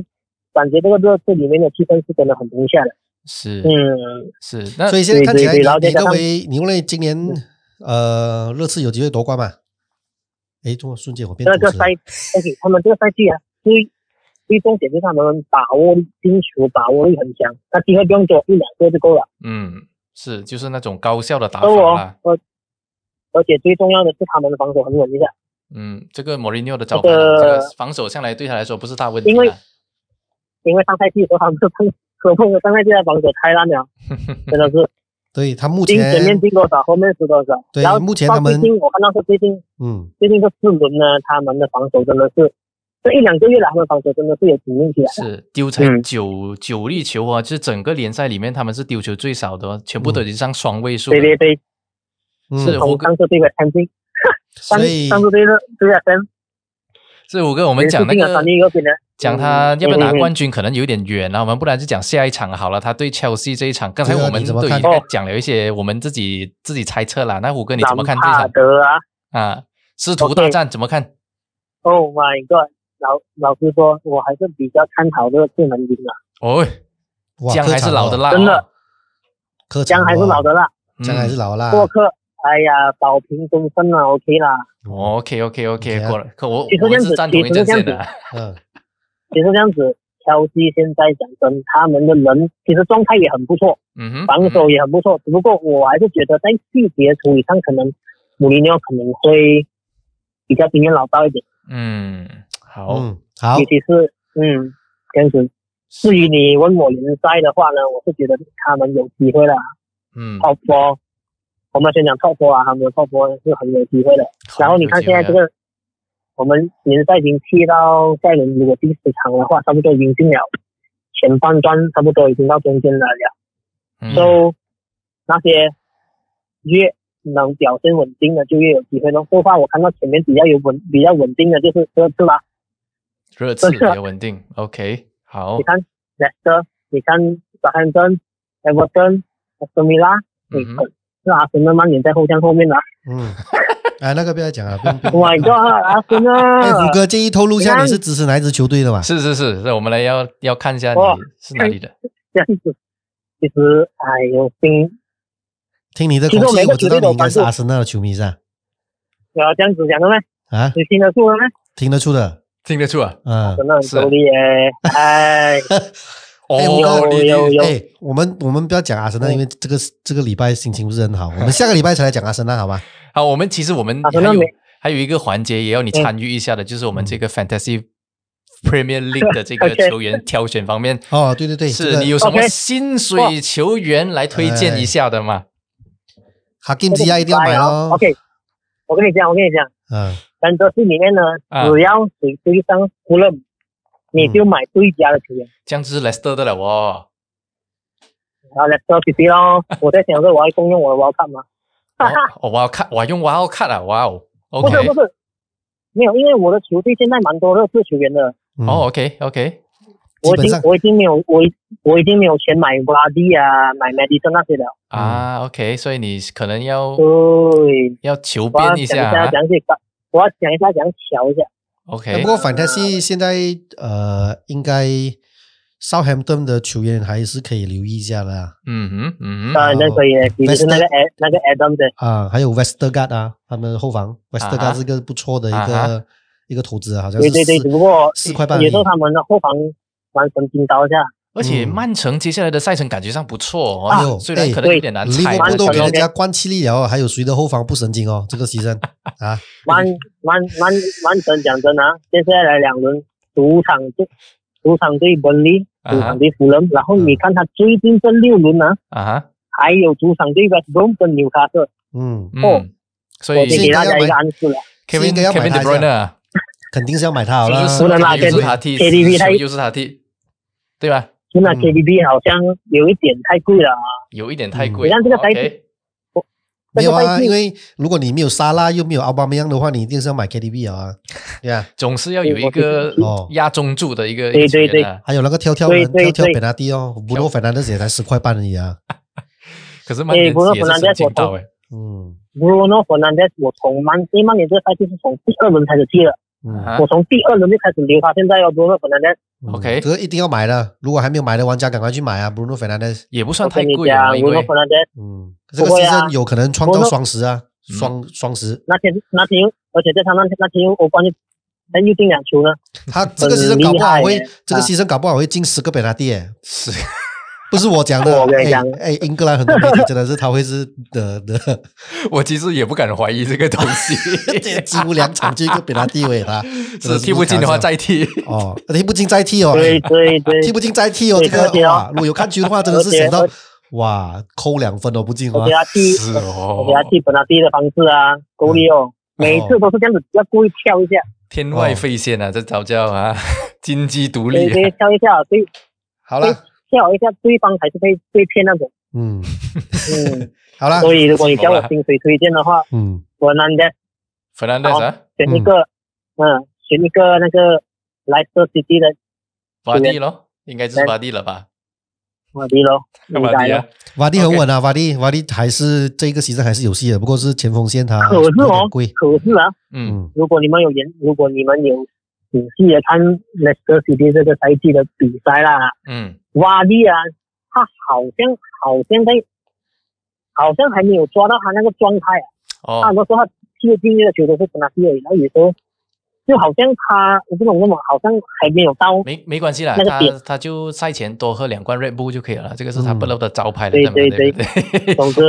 Speaker 3: 感觉这个热刺里面的气氛是真的很融洽的，
Speaker 1: 是
Speaker 3: 嗯，
Speaker 1: 是，那
Speaker 2: 所以现在看起来
Speaker 3: 对对对然后
Speaker 2: 你，
Speaker 3: 再
Speaker 2: 你
Speaker 3: 加
Speaker 2: 认
Speaker 3: 上
Speaker 2: 为你认为今年
Speaker 3: 嗯
Speaker 2: 呃热刺有机会夺冠吗？诶，中国瞬间我变
Speaker 3: 这
Speaker 2: 主
Speaker 3: 个
Speaker 2: 持
Speaker 3: 赛
Speaker 2: 人，
Speaker 3: 而且他们这个赛季啊，最最重点就是他们把握进球把握力很强，那机会不用多一两个就够了。
Speaker 1: 嗯是就是那种高效的打
Speaker 3: 而
Speaker 1: 法
Speaker 3: 我
Speaker 1: 啦，
Speaker 3: 我而且最重要的是他们的防守很稳定的。
Speaker 1: 嗯，这个莫里尼奥的招牌，
Speaker 3: 那
Speaker 1: 这
Speaker 3: 个
Speaker 1: 个防守向来对他来说不是大问题
Speaker 3: 因为
Speaker 1: 啦，
Speaker 3: 因为上赛季的时候他们 是碰可碰的上赛季的防守太烂了，真的是
Speaker 2: 对他目
Speaker 3: 进前
Speaker 2: 前
Speaker 3: 面进多少，后面是多少。
Speaker 2: 对
Speaker 3: 然后
Speaker 2: 目前
Speaker 3: 到
Speaker 2: 他们
Speaker 3: 最近我看到是最近
Speaker 2: 嗯
Speaker 3: 最近这四轮呢，他们的防守真的是这一两个月来，他们防守真的是有挺问题的。
Speaker 1: 是丢才
Speaker 3: 嗯
Speaker 1: 九九粒球啊，就是整个联赛里面他们是丢球最少的哦，全部都已经上双位数了
Speaker 3: 对，对对，
Speaker 2: 嗯
Speaker 1: 是
Speaker 3: 从上次对个天津，上
Speaker 2: 所以
Speaker 3: 上次对的对的天，
Speaker 1: 所以我跟我们讲那
Speaker 3: 连续进了
Speaker 1: 个
Speaker 3: 三一个比呢
Speaker 1: 讲他要不要拿
Speaker 3: 嗯嗯嗯
Speaker 1: 冠军可能有点远啊，我们不然就讲下一场好了。他对切尔西这一场，刚才
Speaker 2: 对啊
Speaker 1: 我们
Speaker 2: 你怎么
Speaker 1: 都已
Speaker 2: 看
Speaker 1: 经在讲了一些我们自己自己猜测啦。那虎哥你怎么看这
Speaker 3: 帕
Speaker 1: 场
Speaker 3: 德啊
Speaker 1: 啊？师
Speaker 3: 哦
Speaker 1: 徒大战怎么看？
Speaker 3: ，Oh my god！老老实说，我还是比较看好这个智能啊赢的，
Speaker 1: 哦，
Speaker 2: 哇
Speaker 1: 姜还是老的，辣哦，
Speaker 3: 真的
Speaker 2: 客场
Speaker 3: 姜还是老的辣，
Speaker 1: 嗯，
Speaker 2: 哦姜还是老啦。
Speaker 3: 做客，哎呀，保平终身了，OK 啦。
Speaker 2: 嗯
Speaker 1: OK OK
Speaker 2: OK
Speaker 1: OK
Speaker 2: 啊
Speaker 1: 过了。可我
Speaker 3: 其实
Speaker 1: 我
Speaker 3: 这
Speaker 1: 们
Speaker 3: 样子
Speaker 1: 是站同一阵线的啊，
Speaker 2: 嗯
Speaker 3: 其实这样子，挑西现在讲真，他们的人其实状态也很不错，
Speaker 1: 嗯哼，
Speaker 3: 防守也很不错。只不过我还是觉得在细节处理上，可能穆里尼奥可能会比较经验老道一点，
Speaker 1: 嗯，嗯好，
Speaker 2: 嗯，好
Speaker 3: 尤，其是嗯这样子。至于你问我联赛的话呢，我是觉得他们有机会了
Speaker 1: 嗯，
Speaker 3: ，top four。我们先讲 top four 啊，他们的 top four 是很有机会的。
Speaker 1: 好
Speaker 3: 然后你看现在这，个，我们联赛已经踢到下一轮，如果第十场的话，差不多已经进了前半段，差不多已经到中间了了。
Speaker 1: 有机会啊嗯
Speaker 3: so 那些越能表现稳定的就越有机会咯。说话我看到前面比较有稳比较稳定的就是热刺啦，
Speaker 1: 热刺比
Speaker 3: 这是
Speaker 1: 较稳定，OK，好
Speaker 3: 你，看 Leicester，你看 Southampton、Everton、Aston Villa，
Speaker 1: 嗯
Speaker 3: 你
Speaker 1: 哼，
Speaker 3: 是阿森纳曼联在后巷后面的啊。
Speaker 2: 嗯，哎，那个不要讲了，不用不
Speaker 3: Oh
Speaker 2: 用。
Speaker 3: my god，阿森纳！
Speaker 2: 哎，胡哥，建议透露一下你是支持哪一支球队的嘛？
Speaker 1: 是是是，那我们来要要看一下你
Speaker 3: 哇哎
Speaker 1: 是哪里的，
Speaker 3: 这样子，其实哎呦，心
Speaker 2: 听你的
Speaker 3: 其
Speaker 2: 口
Speaker 3: 实我
Speaker 2: 气，
Speaker 3: 每个
Speaker 2: 我知道你应该是阿森纳的球迷是吧？
Speaker 3: Ờ, 我要这样子讲的吗？
Speaker 2: 啊，
Speaker 3: 你听得住了吗？
Speaker 2: 听得出的。
Speaker 1: 听得出啊？
Speaker 2: 嗯，
Speaker 3: 真的很
Speaker 1: 是啊
Speaker 3: 够力耶！哎，
Speaker 1: 哦
Speaker 2: 哎，我刚
Speaker 1: 你
Speaker 3: 有有
Speaker 2: 哎，我们我们不要讲阿森纳，
Speaker 3: 嗯
Speaker 2: 因为这个这个礼拜心情不是很好，我们下个礼拜才来讲阿森纳，好 吧？
Speaker 1: 好，我们其实我们
Speaker 3: 啊
Speaker 1: 还
Speaker 3: 可能
Speaker 1: 有
Speaker 3: 没嗯
Speaker 1: 还有一个环节也要你参与一下的，就是我
Speaker 2: 嗯
Speaker 1: 们这个 Fantasy Premier League 的这个
Speaker 3: OK
Speaker 1: 球员挑选方面，
Speaker 2: 哦，对对对，这
Speaker 1: 是
Speaker 2: 个
Speaker 1: 你有什么
Speaker 3: OK
Speaker 1: 薪水球员来推荐一下的
Speaker 2: 哎
Speaker 1: 吗？
Speaker 2: 哈金吉亚一定要买
Speaker 3: 哦
Speaker 2: 哦。
Speaker 3: OK，我跟你讲，我跟你讲，
Speaker 2: 嗯，
Speaker 3: 兰德市里面呢，
Speaker 1: 啊
Speaker 3: 只要谁对上湖人，你就买对家的球员。
Speaker 1: 这样子 Leicester 的了 哦。
Speaker 3: 然后来说 P P 咯，我在想说我要动用我的 w a l c 嘛，哈哈，
Speaker 1: 哦，我要看，我用我要看啊，哇哦
Speaker 3: 不
Speaker 1: ，OK，
Speaker 3: 是不是，没有，因为我的球队现在蛮多热刺球员的，
Speaker 2: 嗯
Speaker 1: 哦，，OK OK，
Speaker 2: 基
Speaker 3: 我已
Speaker 2: 本
Speaker 3: 经
Speaker 2: 上
Speaker 3: 我已经没有我已我已经没有钱买 w a d 啊，买 Madison 那些了，
Speaker 2: 嗯
Speaker 1: 啊，OK，所以你可能要
Speaker 3: 对，
Speaker 1: 要求
Speaker 3: 我要
Speaker 1: 变
Speaker 3: 想
Speaker 1: 一
Speaker 3: 一
Speaker 1: 下
Speaker 3: 下
Speaker 1: 啊
Speaker 3: 讲解，我要想一下讲瞧一下，哎
Speaker 1: ，OK，
Speaker 2: 哎不过 Fantasy 现在呃，应该 Southampton 的球员还是可以留意一下的啊
Speaker 1: 嗯哼嗯哼，
Speaker 3: 当然那可以，尤其是那个 A 那个 Adam 的，
Speaker 2: 啊，还有 Westergaard 啊，他们的后防
Speaker 1: 啊哈
Speaker 2: Westergaard 是一个不错的一
Speaker 1: 啊
Speaker 2: 个一个投资啊，好像
Speaker 3: 对
Speaker 2: 是
Speaker 3: 对对，
Speaker 2: 四
Speaker 3: 只不过
Speaker 2: 四块半而已
Speaker 3: 有时候他们的后防蛮神经刀一下，
Speaker 1: 而且
Speaker 2: 嗯
Speaker 1: 曼城接下来的赛程感觉上不错
Speaker 2: 哎
Speaker 1: 哦，
Speaker 2: 呦
Speaker 1: 虽然
Speaker 2: 哎
Speaker 1: 可能有点难
Speaker 2: 利
Speaker 1: 猜
Speaker 2: 物
Speaker 1: 但
Speaker 2: 浦
Speaker 1: 是，
Speaker 2: 都给
Speaker 3: 蛮
Speaker 2: 人家灌气力了哦，还有谁的后防不神 经哦？这个牺牲啊，
Speaker 3: 蛮蛮蛮蛮神，讲真啊，接下来两轮主场对主场对本利，
Speaker 1: 啊哈
Speaker 3: 主场对湖人，然后
Speaker 2: 嗯
Speaker 3: 你看他最近这六轮呢、啊，
Speaker 1: 啊哈，
Speaker 3: 还有主场对 West Brom 跟纽卡特，
Speaker 2: 嗯，
Speaker 3: 哦
Speaker 1: 嗯，所以
Speaker 3: 我就给
Speaker 2: 现在
Speaker 3: 大
Speaker 2: 要
Speaker 3: 家一
Speaker 2: 买
Speaker 3: 个暗示了。
Speaker 2: 是
Speaker 1: Kevin
Speaker 2: 应该要买
Speaker 1: Kevin De
Speaker 2: 他一下
Speaker 1: Bruyne 啊
Speaker 2: 肯定是要买他好
Speaker 1: 就
Speaker 2: 了。
Speaker 1: 是
Speaker 3: 不能啦
Speaker 1: 又是
Speaker 3: 跟
Speaker 1: 他踢，
Speaker 3: KDB
Speaker 1: 死球
Speaker 3: 他
Speaker 1: 又是他踢，对吧？
Speaker 3: 现在
Speaker 2: 嗯
Speaker 3: KDB 好像有一点太贵了啊，
Speaker 1: 有一点太
Speaker 2: 嗯
Speaker 1: 贵。
Speaker 3: 你看这个赛
Speaker 1: OK
Speaker 2: 没有啊，
Speaker 3: 这个赛季
Speaker 2: 因为如果你没有沙拉又没有奥巴梅扬的话，你一定是要买 KDB 啊， 对啊，
Speaker 1: 总是要有一个
Speaker 2: 哦
Speaker 1: 压中柱的一个
Speaker 3: 对对
Speaker 1: 球员啊。
Speaker 2: 还有那个跳跳
Speaker 3: 对
Speaker 2: 人
Speaker 3: 对
Speaker 2: 跳跳
Speaker 3: 对
Speaker 2: 本拉蒂哦，布罗费南德也才十块半而已啊，
Speaker 1: 可是曼联
Speaker 3: 哎不过
Speaker 1: 也是
Speaker 3: 本来
Speaker 1: 神
Speaker 3: 在
Speaker 1: 经到
Speaker 3: 左
Speaker 1: 哎，
Speaker 2: 嗯
Speaker 3: Bruno f e r n a n d e 我从曼，因为曼联这个赛季是从第二轮开始踢的，
Speaker 2: 嗯
Speaker 1: 啊
Speaker 3: 我从第二轮就开始留他，现在要 Bruno f e r n a n d e
Speaker 2: 嗯
Speaker 1: OK
Speaker 2: 这个一定要买的，如果还没有买的玩家赶快去买啊，Bruno Fernandes，
Speaker 1: 也不
Speaker 3: 我
Speaker 1: 算太
Speaker 3: 跟你
Speaker 1: 贵
Speaker 3: 讲
Speaker 1: 啊，因
Speaker 3: ，Bruno
Speaker 1: 为
Speaker 3: f e r n a n d e
Speaker 2: 嗯，这个
Speaker 3: 不会
Speaker 2: 牺
Speaker 3: 啊
Speaker 2: 牲有可能创造
Speaker 3: Bruno-
Speaker 2: 双十啊，
Speaker 1: 嗯
Speaker 2: 双双十，
Speaker 3: 那天那天又，而且在他那那天又欧冠又他又进两球呢，
Speaker 2: 他这个牺牲搞不
Speaker 3: 很
Speaker 2: 好
Speaker 3: 厉害
Speaker 2: 会
Speaker 3: 耶，
Speaker 2: 这个牺牲搞不好会进十个本拉蒂耶，
Speaker 1: 是
Speaker 2: 不是我讲的，
Speaker 3: 我跟你
Speaker 2: 哎
Speaker 3: 讲
Speaker 2: 哎，英格兰很多媒体真的是他会是的 的，
Speaker 1: 我其实也不敢怀疑这个东西，
Speaker 2: 这几乎两场就一个本拉蒂位他，真
Speaker 1: 是
Speaker 2: 是
Speaker 1: 踢不进的话
Speaker 2: 开玩笑
Speaker 1: 再 踢。
Speaker 2: 哦，踢不进再踢哦，
Speaker 3: 对对对，
Speaker 2: 踢不进再踢哦，
Speaker 3: 对
Speaker 2: 这个
Speaker 3: 而且哦
Speaker 2: 哇，如果有看球的话，真的是
Speaker 3: 而且
Speaker 2: 想 到
Speaker 3: 而
Speaker 2: 哇，扣两分都不进
Speaker 3: 我
Speaker 2: 啊
Speaker 3: 给，他踢，
Speaker 1: 是 哦
Speaker 3: 我给他踢本拉蒂的方式啊，够力哦，每次都是这样子，要故意跳一下，
Speaker 1: 天外飞仙啊，这招叫啊，金鸡独立
Speaker 3: 哦对
Speaker 1: 啊。
Speaker 3: 对，跳一下，对
Speaker 2: 好了，
Speaker 3: 跳一下，对方还是被被骗 那种，
Speaker 2: 嗯，
Speaker 3: 嗯，
Speaker 2: 好了，
Speaker 3: 所以如果你叫我薪水推荐的话，
Speaker 2: 嗯，
Speaker 3: 我难的
Speaker 1: Fernandez 啊
Speaker 3: 选一个，嗯，选一个那个莱斯特 City 的
Speaker 1: 巴蒂咯，应该就是巴蒂了吧？
Speaker 3: 马迪咯，应
Speaker 1: 巴
Speaker 3: 该
Speaker 1: 蒂啊
Speaker 3: 咯，，
Speaker 2: 瓦蒂很稳啊，瓦蒂瓦蒂还是这个其实还是有戏的，不过是前锋线他
Speaker 3: 可是
Speaker 2: 有
Speaker 3: 哦
Speaker 2: 点贵，，
Speaker 3: 可是啊，
Speaker 1: 嗯，
Speaker 2: 嗯
Speaker 3: 如果你们有研，如果你们有仔细的看莱斯特 City 这个赛季的比赛啦，
Speaker 1: 嗯，
Speaker 3: 瓦利啊，他好像好像在，好像还没有抓到他那个状态啊。他
Speaker 1: 哦
Speaker 3: 很，多时候他踢的进去的球都是跟他踢而已，然后有时候就好像他我不懂为什么，好像还没有到。
Speaker 1: 没没关系啦，
Speaker 3: 那个
Speaker 1: 他
Speaker 3: 点
Speaker 1: 他就赛前多喝两罐 Red Bull 就可以了，这个是他
Speaker 2: 嗯
Speaker 1: 不漏的招牌了，
Speaker 3: 对
Speaker 1: 嘛
Speaker 3: 对
Speaker 1: 对不对？
Speaker 3: 总之，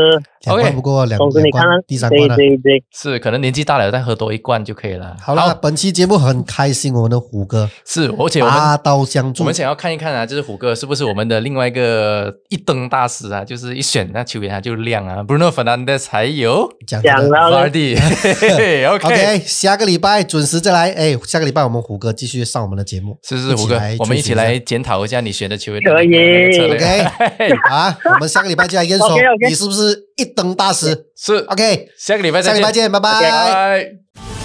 Speaker 2: 两
Speaker 1: OK
Speaker 2: 冠不过两
Speaker 3: 总之
Speaker 2: 两
Speaker 3: 你看
Speaker 2: 冠
Speaker 3: 看，，
Speaker 2: 第三
Speaker 3: 对
Speaker 2: 冠了。
Speaker 3: 对对，
Speaker 1: 是，可能年纪大了再喝多一罐就可以了。
Speaker 2: 好了，本期节目很开心，我们的虎哥
Speaker 1: 是，而且我们
Speaker 2: 拔刀相助
Speaker 1: 我们，想要看一看啊，就是虎哥是不是我们的另外一个一灯大师啊？就是一选那球员他就亮啊，Bruno Fernandez 还有
Speaker 2: 讲真的
Speaker 3: 讲到
Speaker 1: Vardy 嘿嘿嘿。OK，
Speaker 2: OK，下个礼拜准时再来。哎，下个礼拜我们虎哥继续上我们的节目。
Speaker 1: 是是
Speaker 2: 一起
Speaker 1: 虎哥
Speaker 2: 来，
Speaker 1: 我们一起
Speaker 2: 追随一下
Speaker 1: 来检讨一下你选的球员
Speaker 3: 可以
Speaker 1: 的那个策略
Speaker 2: OK 啊，我们下个礼拜就来验收
Speaker 3: OK，OK
Speaker 2: 你是不是一等大师
Speaker 1: 是
Speaker 2: ？OK，
Speaker 1: 下个礼拜
Speaker 2: 下
Speaker 1: 再
Speaker 2: 个礼
Speaker 1: 见，
Speaker 2: 拜见，拜
Speaker 1: 拜
Speaker 2: 拜。
Speaker 1: 拜。